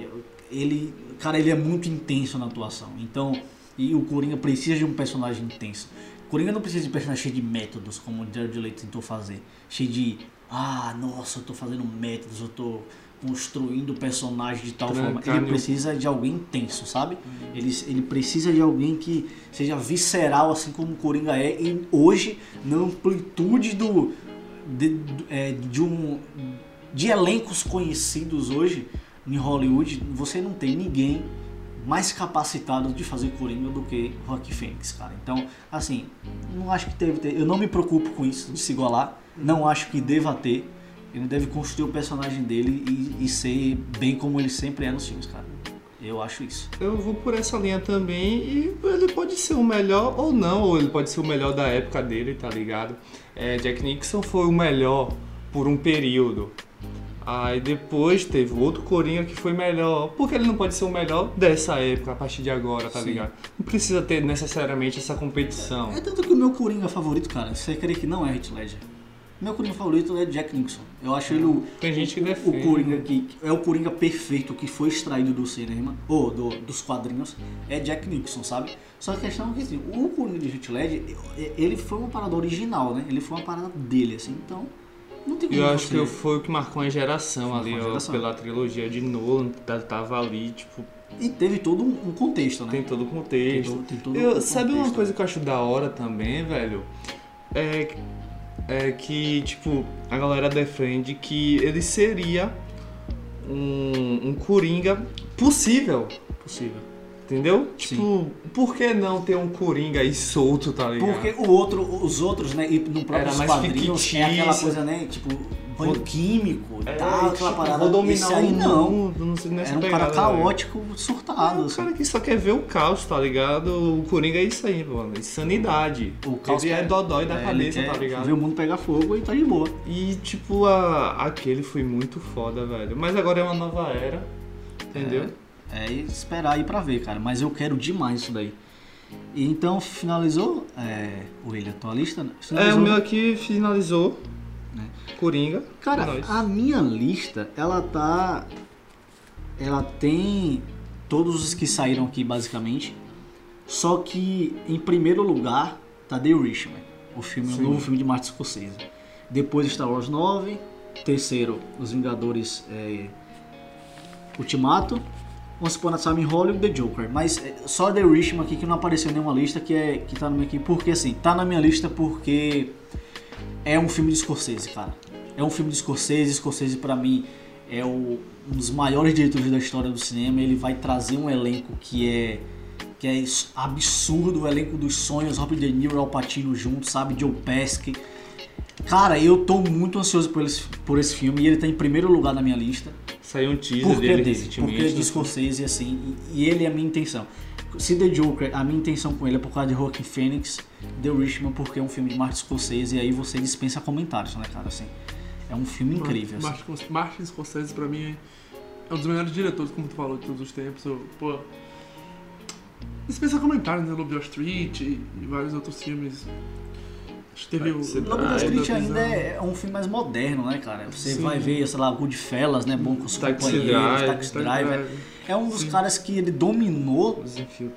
A: Eu- Ele, cara, ele é muito intenso na atuação. Então, e o Coringa precisa de um personagem intenso. Coringa não precisa de um personagem cheio de métodos, como o Jared Leto tentou fazer. Cheio de, ah, nossa, eu tô fazendo métodos, eu tô construindo o personagem de tal forma. Ele
B: Trancalho.
A: precisa de alguém intenso, sabe? Ele, ele precisa de alguém que seja visceral, assim como o Coringa é. E hoje, na amplitude do, de, é, de um de elencos conhecidos hoje em Hollywood, você não tem ninguém mais capacitado de fazer Coringa do que Rock Fênix, cara. Então, assim, não acho que teve ter. Eu não me preocupo com isso de se igualar. Não acho que deva ter. Ele deve construir o personagem dele e, e ser bem como ele sempre é nos filmes, cara. Eu acho isso.
B: Eu vou por essa linha também e ele pode ser o melhor ou não, ou ele pode ser o melhor da época dele, tá ligado? É, Jack Nixon foi o melhor por um período. Aí depois teve outro Coringa que foi melhor. Por que ele não pode ser o melhor dessa época, a partir de agora, tá
A: Sim.
B: ligado? Não precisa ter necessariamente essa competição.
A: É tanto que o meu Coringa favorito, cara, você crê que não é Heath Ledger. Meu Coringa favorito é Jack Nixon. Eu acho ele o,
B: Tem gente que
A: o-
B: defende.
A: O Coringa que que é o Coringa perfeito que foi extraído do cinema, ou do- dos quadrinhos, é Jack Nixon, sabe? Só que a questão é que assim, o Coringa de Heath Ledger, é, ele foi uma parada original, né? Ele foi uma parada dele, assim, então não tem como
B: Eu acho
A: você-
B: que eu- foi o que marcou a geração
A: Marcou
B: ali,
A: a
B: ó,
A: geração.
B: pela trilogia de Nolan, tá- tava ali, tipo,
A: E teve todo um, um contexto, né?
B: tem todo o
A: Tem
B: contexto.
A: todo- tem todo
B: Eu-
A: um
B: sabe uma
A: contexto,
B: coisa que eu acho da hora também, velho? É, é que, tipo, a galera defende que ele seria um, um Coringa possível,
A: né? possível.
B: entendeu? Tipo, por que não ter um Coringa aí solto, tá ligado?
A: Porque o outro, os outros, né, e no próprio
B: Era mais
A: quadrinhos, é aquela
B: fictício.
A: coisa, né, tipo, banho
B: Vou-
A: químico e
B: É,
A: tal,
B: tipo,
A: tá aquela parada.
B: vou dominar
A: Esse aí
B: o
A: não.
B: mundo, não sei nessa
A: Era um
B: pegada,
A: cara
B: velho.
A: caótico, surtado,
B: É um
A: assim.
B: cara que só quer ver o caos, tá ligado? O Coringa é isso aí, mano. Insanidade.
A: O caos
B: ele é
A: quer-
B: dodói da
A: É, ele
B: cabeça,
A: quer
B: tá ligado?
A: Ver o mundo pegar fogo e tá de boa.
B: E, tipo, a... aquele foi muito foda, velho. Mas agora é uma nova era, entendeu?
A: É esperar aí pra ver, cara. Mas eu quero demais isso daí. E então finalizou é, o William, tua lista?
B: É,
A: Finalizou.
B: o meu aqui finalizou.
A: Né?
B: Coringa.
A: Cara,
B: Nós.
A: a minha lista, ela tá. Ela tem todos os que saíram aqui, basicamente. Só que, em primeiro lugar, tá The Irishman, o, filme, o
B: Sim.
A: novo filme de Martin Scorsese. Depois Star Wars 9. Terceiro, Os Vingadores é, Ultimato. Once Upon a Time in Hollywood, The Joker. Mas é, só The Irishman aqui que não apareceu em nenhuma lista, que, é, que tá na minha aqui. Porque assim, tá na minha lista porque é um filme de Scorsese, cara. É um filme de Scorsese. Scorsese, pra mim, é o- um dos maiores diretores da história do cinema. Ele vai trazer um elenco que é que é is- absurdo, o elenco dos sonhos, Robert De Niro e Al Pacino juntos, sabe? Joe Pesci. Cara, eu tô muito ansioso por esse, por esse filme e ele tá em primeiro lugar na minha lista
B: Saiu um teaser
A: porque
B: dele
A: dele,
B: recentemente.
A: porque é de Scorsese, assim, e, e ele é a minha intenção. Se The Joker, a minha intenção com ele é por causa de Joaquin Phoenix, The Richman, porque é um filme de Martin Scorsese, e aí você dispensa comentários, né, cara, assim. É um filme incrível, assim.
C: Martin, Scors- Martin Scorsese, pra mim, é um dos melhores diretores, como tu falou, de todos os tempos. Eu, pô. Dispensa comentários, né? Lobo de Wall Street e, e vários outros filmes. Acho que teve o.
B: Você
A: Lobo
B: Ah,
A: da
B: é
A: Street
C: da
A: ainda
C: prisão.
A: é, é um filme mais moderno, né, cara? Você vai ver, sei lá, Goodfellas, né, bom com os
B: Taxi
A: companheiros,
B: Drive,
A: Taxi
C: Taxi
A: Driver.
C: Driver.
A: é um dos caras que ele dominou, tá,
B: Os enfios.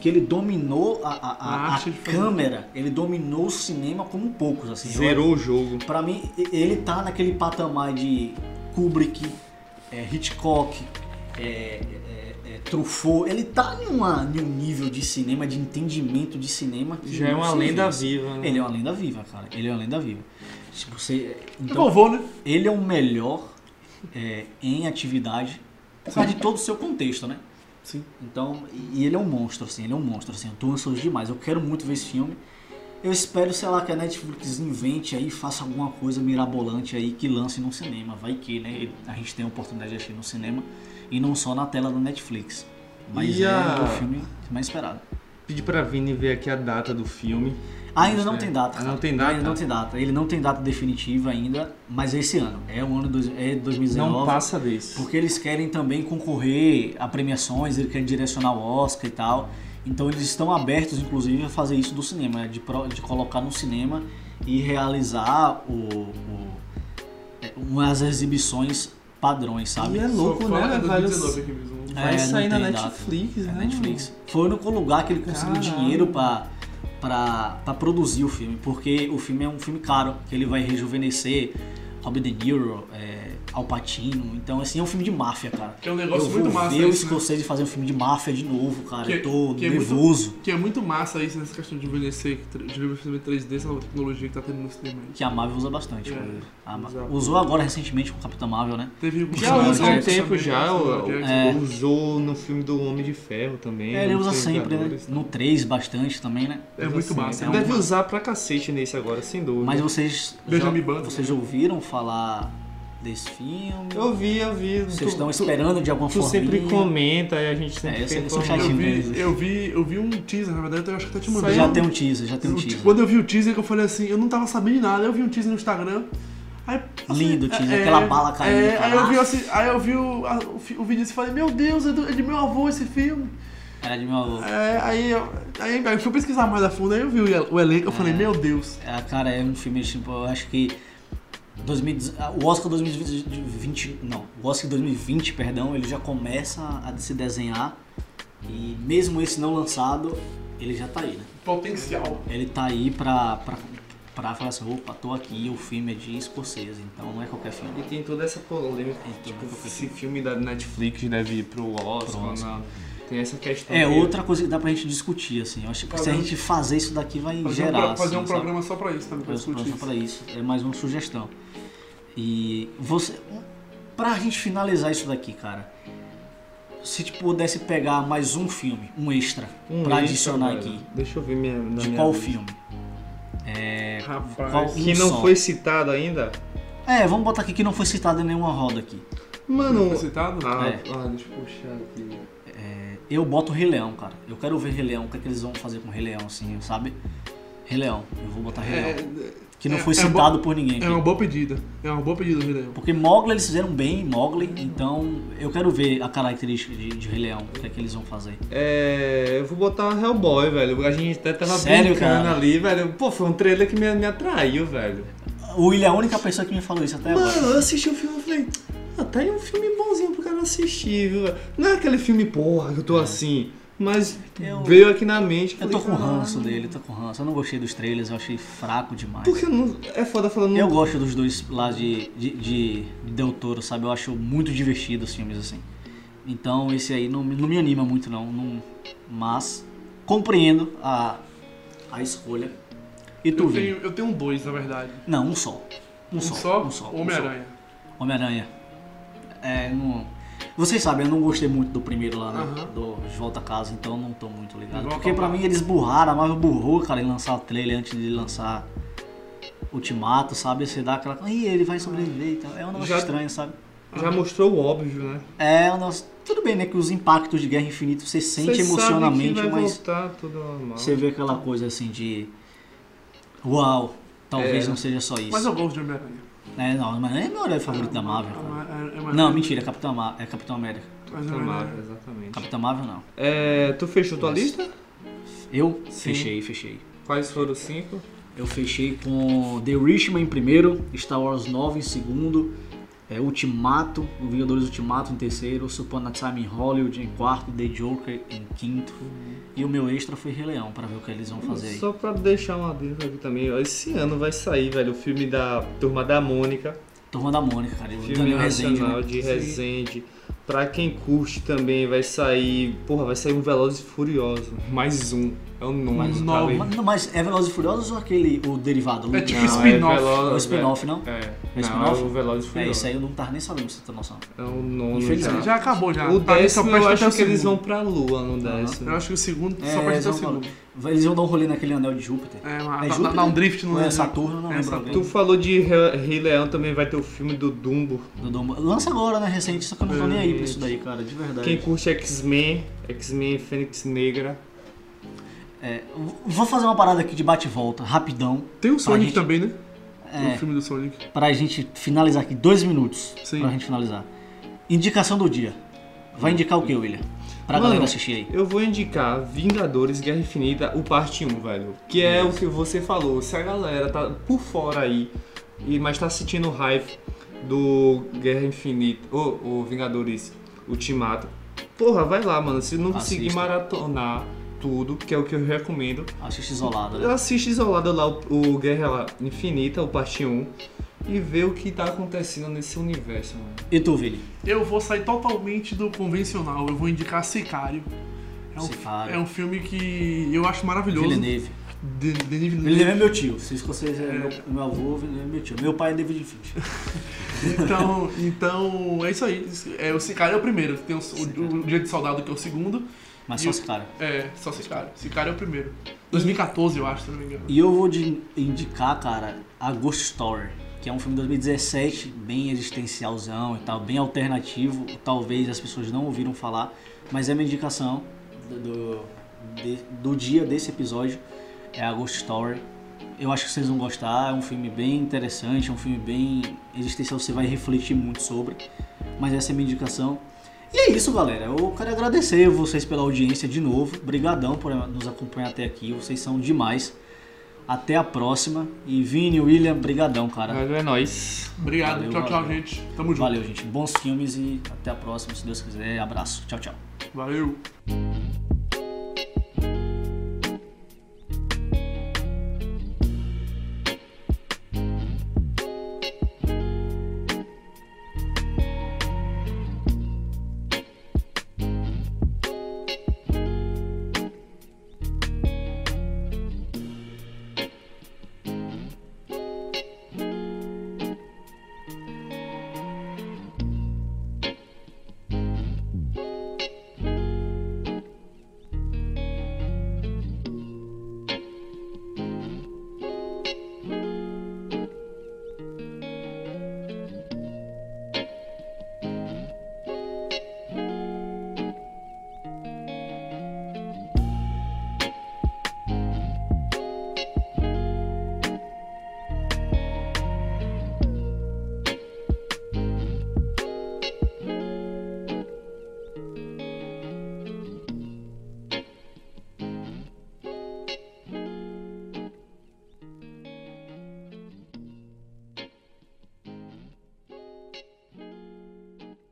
A: que ele dominou a, a- a-
C: A
A: a
C: arte de fazer.
A: câmera, ele dominou o cinema como poucos, assim. Eu-
B: Zerou o jogo.
A: Pra mim, e- ele tá naquele patamar de Kubrick, é, Hitchcock, é, é, é, Truffaut. Ele tá em, uma- em um nível de cinema, de entendimento de cinema. que
B: Já é
A: não
B: uma
A: se
B: lenda
A: vê.
B: viva, né?
A: Ele é uma lenda viva, cara. Ele é uma lenda viva. Se você,
C: É
A: então,
C: bom, vou, né?
A: ele é o melhor é, em atividade por causa de todo o seu contexto, né?
C: Sim.
A: Então, e e ele é um monstro, assim, ele é um monstro, assim. Eu tô ansioso demais, eu quero muito ver esse filme. Eu espero, sei lá, que a Netflix invente aí, faça alguma coisa mirabolante aí que lance no cinema. Vai que, né? A gente tem a oportunidade de assistir no cinema e não só na tela da Netflix. Mas
B: E
A: é
B: a-
A: o filme mais esperado.
B: Pedi pra Vini ver aqui a data do filme.
A: Ainda não
B: Isso,
A: tem
B: né?
A: data.
B: Ah,
A: cara.
B: não tem data?
A: Ainda não tem data. Ele não tem data definitiva ainda, mas é esse ano. É o ano dois, é 2019.
B: Não passa desse.
A: Porque eles querem também concorrer a premiações, eles querem direcionar o Oscar e tal. Então eles estão abertos, inclusive, a fazer isso do cinema, de, pro- de colocar no cinema e realizar o, o- é, umas exibições padrões, sabe?
B: E é louco,
C: Só fala
B: né,
C: de
B: velho?
C: 2019 aqui mesmo.
A: É,
B: Vai
A: não
B: sair na
A: tem data.
B: Netflix,
A: É,
B: né?
A: Netflix. Foi o único lugar que ele conseguiu
B: Caralho.
A: dinheiro pra, pra, pra produzir o filme, porque o filme é um filme caro, que ele vai rejuvenescer Robert De Niro, é, Al Pacino, então assim, é um filme de máfia, cara.
C: Que é um
A: Eu
C: negócio
A: vou
C: muito massa
A: ver o
C: isso, né?
A: Scorsese fazer um filme de máfia de novo, cara.
C: Que-
A: eu tô
C: que é muito-
A: nervoso.
C: Que é muito massa isso nessa questão de envelhecer, que tra- de envelhecimento 3D, essa nova tecnologia que tá tendo no cinema. aí.
A: Que a Marvel usa bastante.
C: É,
A: cara. A Ma-
C: usa.
A: Usou agora recentemente com o Capitão Marvel, né?
C: Teve um
B: Já usou há um
A: Samuel
B: tempo já, o- o-
C: É.
B: usou no filme do Homem de Ferro também.
A: É, ele
B: nos
A: usa sempre, né?
B: Vingadores.
A: No 3 bastante também, né?
C: É muito massa.
A: é um-
B: Deve usar pra cacete nesse agora, sem dúvida.
A: Mas vocês. Já,
C: Benjamin Button.
A: vocês já ouviram falar desse filme?
B: Eu vi, eu vi. Tu-
A: Vocês estão
B: tu-
A: esperando de alguma
B: Tu
A: forma.
B: sempre comenta e a gente sempre
A: É, eu sou- eu sou
B: reclama.
A: chatinho.
C: Eu
A: mesmo.
C: vi, eu vi, eu vi um teaser, na verdade, eu acho que até te mandei.
A: assim. Já
C: um-
A: tem um teaser, já tem um
C: um te-
A: teaser.
C: Quando eu vi o teaser, que eu falei assim, eu não tava sabendo de nada, eu vi um teaser no Instagram. Aí, assim,
A: Lindo o teaser, aquela bala caindo,
C: é, aí, eu vi,
A: caraca.
C: assim, aí eu vi o, a- o, fi- o vídeo e falei, meu Deus, é, do- é de meu avô esse filme.
A: Era de meu avô.
C: É, aí, eu, aí, aí eu fui pesquisar mais a fundo, aí eu vi o, o elenco, eu falei, meu Deus.
A: É, cara, é um filme, tipo, eu acho que 2010 ah, o Oscar 2020, não, o Oscar 2020, perdão, ele já começa a se desenhar e mesmo esse não lançado, ele já tá aí, né?
C: Potencial.
A: Ele tá aí pra, pra, pra falar assim, opa, tô aqui, o filme é de Scorsese, então não é qualquer
B: E
A: filme.
B: tem toda essa polêmica,
A: É,
B: tipo, esse filme da Netflix deve ir pro Oscar,
A: Pro Oscar.
B: não. tem essa questão.
A: É
B: aí.
A: outra coisa que dá pra gente discutir, assim, eu acho que se a gente fazer isso daqui vai
C: Fazer um,
A: gerar,
C: pro- fazer
A: assim, sabe?
C: um programa só pra isso também, pra
A: Pra- pra-
C: discutir
A: só
C: isso.
A: para isso. É mais uma sugestão. E você, um- pra gente finalizar isso daqui, cara, se te pudesse pegar mais um filme, um extra,
B: Um
A: pra
B: extra,
A: adicionar
B: velho.
A: aqui,
B: Deixa eu ver minha. na
A: de
B: minha
A: qual
B: lista.
A: filme?
C: Rapaz.
A: Qual-
B: Que
A: Um
B: não
A: só.
B: foi citado ainda?
A: É, vamos botar aqui que não foi citado em nenhuma roda aqui.
B: Mano.
C: Foi Tá citado?
B: Ah,
A: É.
B: ah, deixa eu puxar aqui.
A: É, eu boto o Rei Leão, cara. Eu quero ver Rei Leão, o que, é que eles vão fazer com o Rei Leão, assim, sabe? Rei Leão, eu vou botar Rei
C: É,
A: Leão. Que não
C: é-
A: foi
C: é
A: citado por ninguém.
C: é
A: aqui.
B: um
C: uma boa pedida. É uma boa pedida, Rileão.
A: Porque Mogli eles fizeram bem, Mogli, então eu quero ver a característica de, de Rei Leão, o que, é que eles vão fazer.
B: É, eu vou botar Hellboy, velho. A gente até tava
A: Sério,
B: brincando
A: cara?
B: ali, velho. Pô, foi um trailer que me, me atraiu, velho.
A: O William é a única pessoa que me falou isso até agora.
B: Mano, eu assisti o filme e falei, ah, tá aí um filme bonzinho pro cara assistir, viu? velho? Não é aquele filme, porra, que eu tô assim. Mas
A: Eu-
B: veio aqui na mente.
A: É. um Eu
B: falei,
A: tô com
B: "Caralho".
A: ranço dele, eu tô com ranço. Eu não gostei dos trailers, eu achei fraco demais.
B: Porque não, é foda falando.
A: Eu gosto dos dois lá de, de, de de Del Toro, sabe? Eu acho muito divertido os filmes assim. Então esse aí não, me- não me anima muito não, não- Mas compreendo a, a escolha. E tu,
C: Eu
A: Vini?
C: tenho, eu tenho dois, na verdade.
A: Não, um só. Um,
C: Um
A: só,
C: só?
A: Um só. um
C: Homem-Aranha.
A: só. Homem-Aranha. É, não... Vocês sabem, eu não gostei muito do primeiro lá, né?
C: Aham.
A: Do De Volta a Casa, então eu não tô muito ligado.
C: De Volta
A: Porque
C: ao
A: pra
C: Lar.
A: mim eles burraram, a Marvel burrou, cara, em lançar o trailer antes de lançar Ultimato, sabe? Você dá aquela. Ih, ele vai sobreviver e tal. É um negócio
B: Já-
A: estranho, sabe?
B: Já mostrou o óbvio, né?
A: É um negócio. Tudo bem, né? Que os impactos de Guerra Infinita você sente
B: Cê sabe
A: emocionalmente,
B: que vai
A: mas
B: voltar tudo normal.
A: você vê aquela coisa assim de. Uau, talvez
B: É.
A: não seja só isso.
C: Mas eu gosto de Homem-Aranha.
A: É, não, mas nem é meu horário favorito da Marvel, cara.
C: É, é, é, é,
A: Não, mentira, é Capitão, Ma- é Capitão América.
C: Mas
B: Capitã Marvel,
C: Homem-Aranha.
B: Tá exatamente.
A: Capitão Marvel não.
B: É, tu fechou tua
A: Nossa.
B: lista?
A: Eu
B: Sim.
A: fechei, fechei.
B: Quais foram os cinco?
A: Eu fechei com The Richman em primeiro, Star Wars 9 em segundo, é, Ultimato, o Vingadores Ultimato em terceiro, Supona Time em Hollywood em quarto, The Joker em quinto. E o meu extra foi Rei Leão, pra ver o que eles vão fazer aí.
B: Só pra deixar uma dica aqui também, ó, esse ano vai sair, velho, o filme da Turma da Mônica,
A: Turma da Mônica, cara. O
B: filme
A: Daniel Rezende,
B: nacional
A: né?
B: de Resende. Pra quem curte também, vai sair, porra, vai sair um Veloz e Furioso, mais um, é o nome
C: Mais
B: do
C: um.
B: cara aí.
A: Mas, mas é Velozes e Furiosos ou aquele, o derivado?
C: É
A: O-
C: tipo
B: Não,
C: spin-off.
B: Velo-
A: o spin-off, não?
B: É,
A: É
B: não, é
A: spin-off?
B: o Veloz e
A: É, isso
B: Furioso.
A: aí eu não tava nem sabendo, pra você ter noção.
B: É o nono
A: Infelizmente.
B: já.
C: Já, acabou, já.
B: O
C: Pra mim só
B: décimo eu
C: presta até
B: acho
C: o
B: que eles vão
C: segundo.
B: pra lua no
A: Aham.
B: décimo.
C: Eu acho que o segundo
A: É,
C: só presta
A: eles
C: até o
A: vão
C: segundo.
A: Eles iam dar um rolê naquele anel de Júpiter.
C: É,
A: É
C: mas dá,
A: Júpiter?
C: dá um drift no
A: Ou é Saturno, não
C: É
A: lembro
C: Saturno.
B: Tu
A: agora.
B: falou de Re- Rei Leão, também vai ter o filme do Dumbo.
A: Do Dom- Lança agora, né? Recente, só que eu não tô nem aí pra isso daí, cara, de verdade.
B: Quem curte X-Men, X-Men Fênix Negra.
A: É, v- vou fazer uma parada aqui de bate-volta, rapidão,
C: Tem o Sonic
A: gente-
C: também, né?
A: É.
C: O filme do Sonic.
A: pra gente finalizar aqui, dois minutos
C: Sim.
A: pra gente finalizar. Indicação do dia. Vai indicar o que, William? Pra
B: Mano,
A: galera assistir aí.
B: Eu vou indicar Vingadores Guerra Infinita, o parte 1, velho. Que é o que você falou. Se a galera tá por fora aí, e- mas tá sentindo o hype do Guerra Infinita, ou ou Vingadores Ultimato, porra, vai lá, mano. Se não conseguir
A: Assista.
B: maratonar tudo, que é o que eu recomendo,
A: Assiste isolado, né?
B: Eu assisto isolado lá o, o Guerra Infinita, o parte 1, e ver o que tá acontecendo nesse universo, mano.
A: E tu, Vili?
C: Eu vou sair totalmente do convencional. Eu vou indicar Sicário. É um,
A: Sicário.
C: é um filme que eu acho maravilhoso.
A: Villeneuve.
C: De- Denis Villeneuve.
A: Villeneuve é meu tio. Se vocês é meu, meu avô, Villeneuve é meu tio. Meu pai é David Finch.
C: Então, então, é isso aí. É, o Sicário é o primeiro. Tem o, o, o Dia de Soldado, que é o segundo.
A: Mas
C: E
A: só
C: o-
A: esse cara.
C: É, só Sicário. Sicário é o primeiro. 2014, eu acho, se não me engano.
A: E eu vou de- indicar, cara, a Ghost Story, que é um filme de 2017, bem existencialzão e tal, bem alternativo. Talvez as pessoas não ouviram falar, mas é minha indicação do, do, de- do dia desse episódio. É a Ghost Story. Eu acho que vocês vão gostar, é um filme bem interessante, é um filme bem existencial, você vai refletir muito sobre. Mas essa é a minha indicação. E é isso, galera. Eu quero agradecer vocês pela audiência de novo. Obrigadão por nos acompanhar até aqui. Vocês são demais. Até a próxima. E Vini, William, brigadão, cara.
B: é nóis.
C: Obrigado.
A: Valeu,
C: tchau, tchau,
A: valeu.
C: gente. Tamo junto.
A: Valeu, gente. Bons filmes e até a próxima, se Deus quiser. Abraço. Tchau, tchau.
C: Valeu.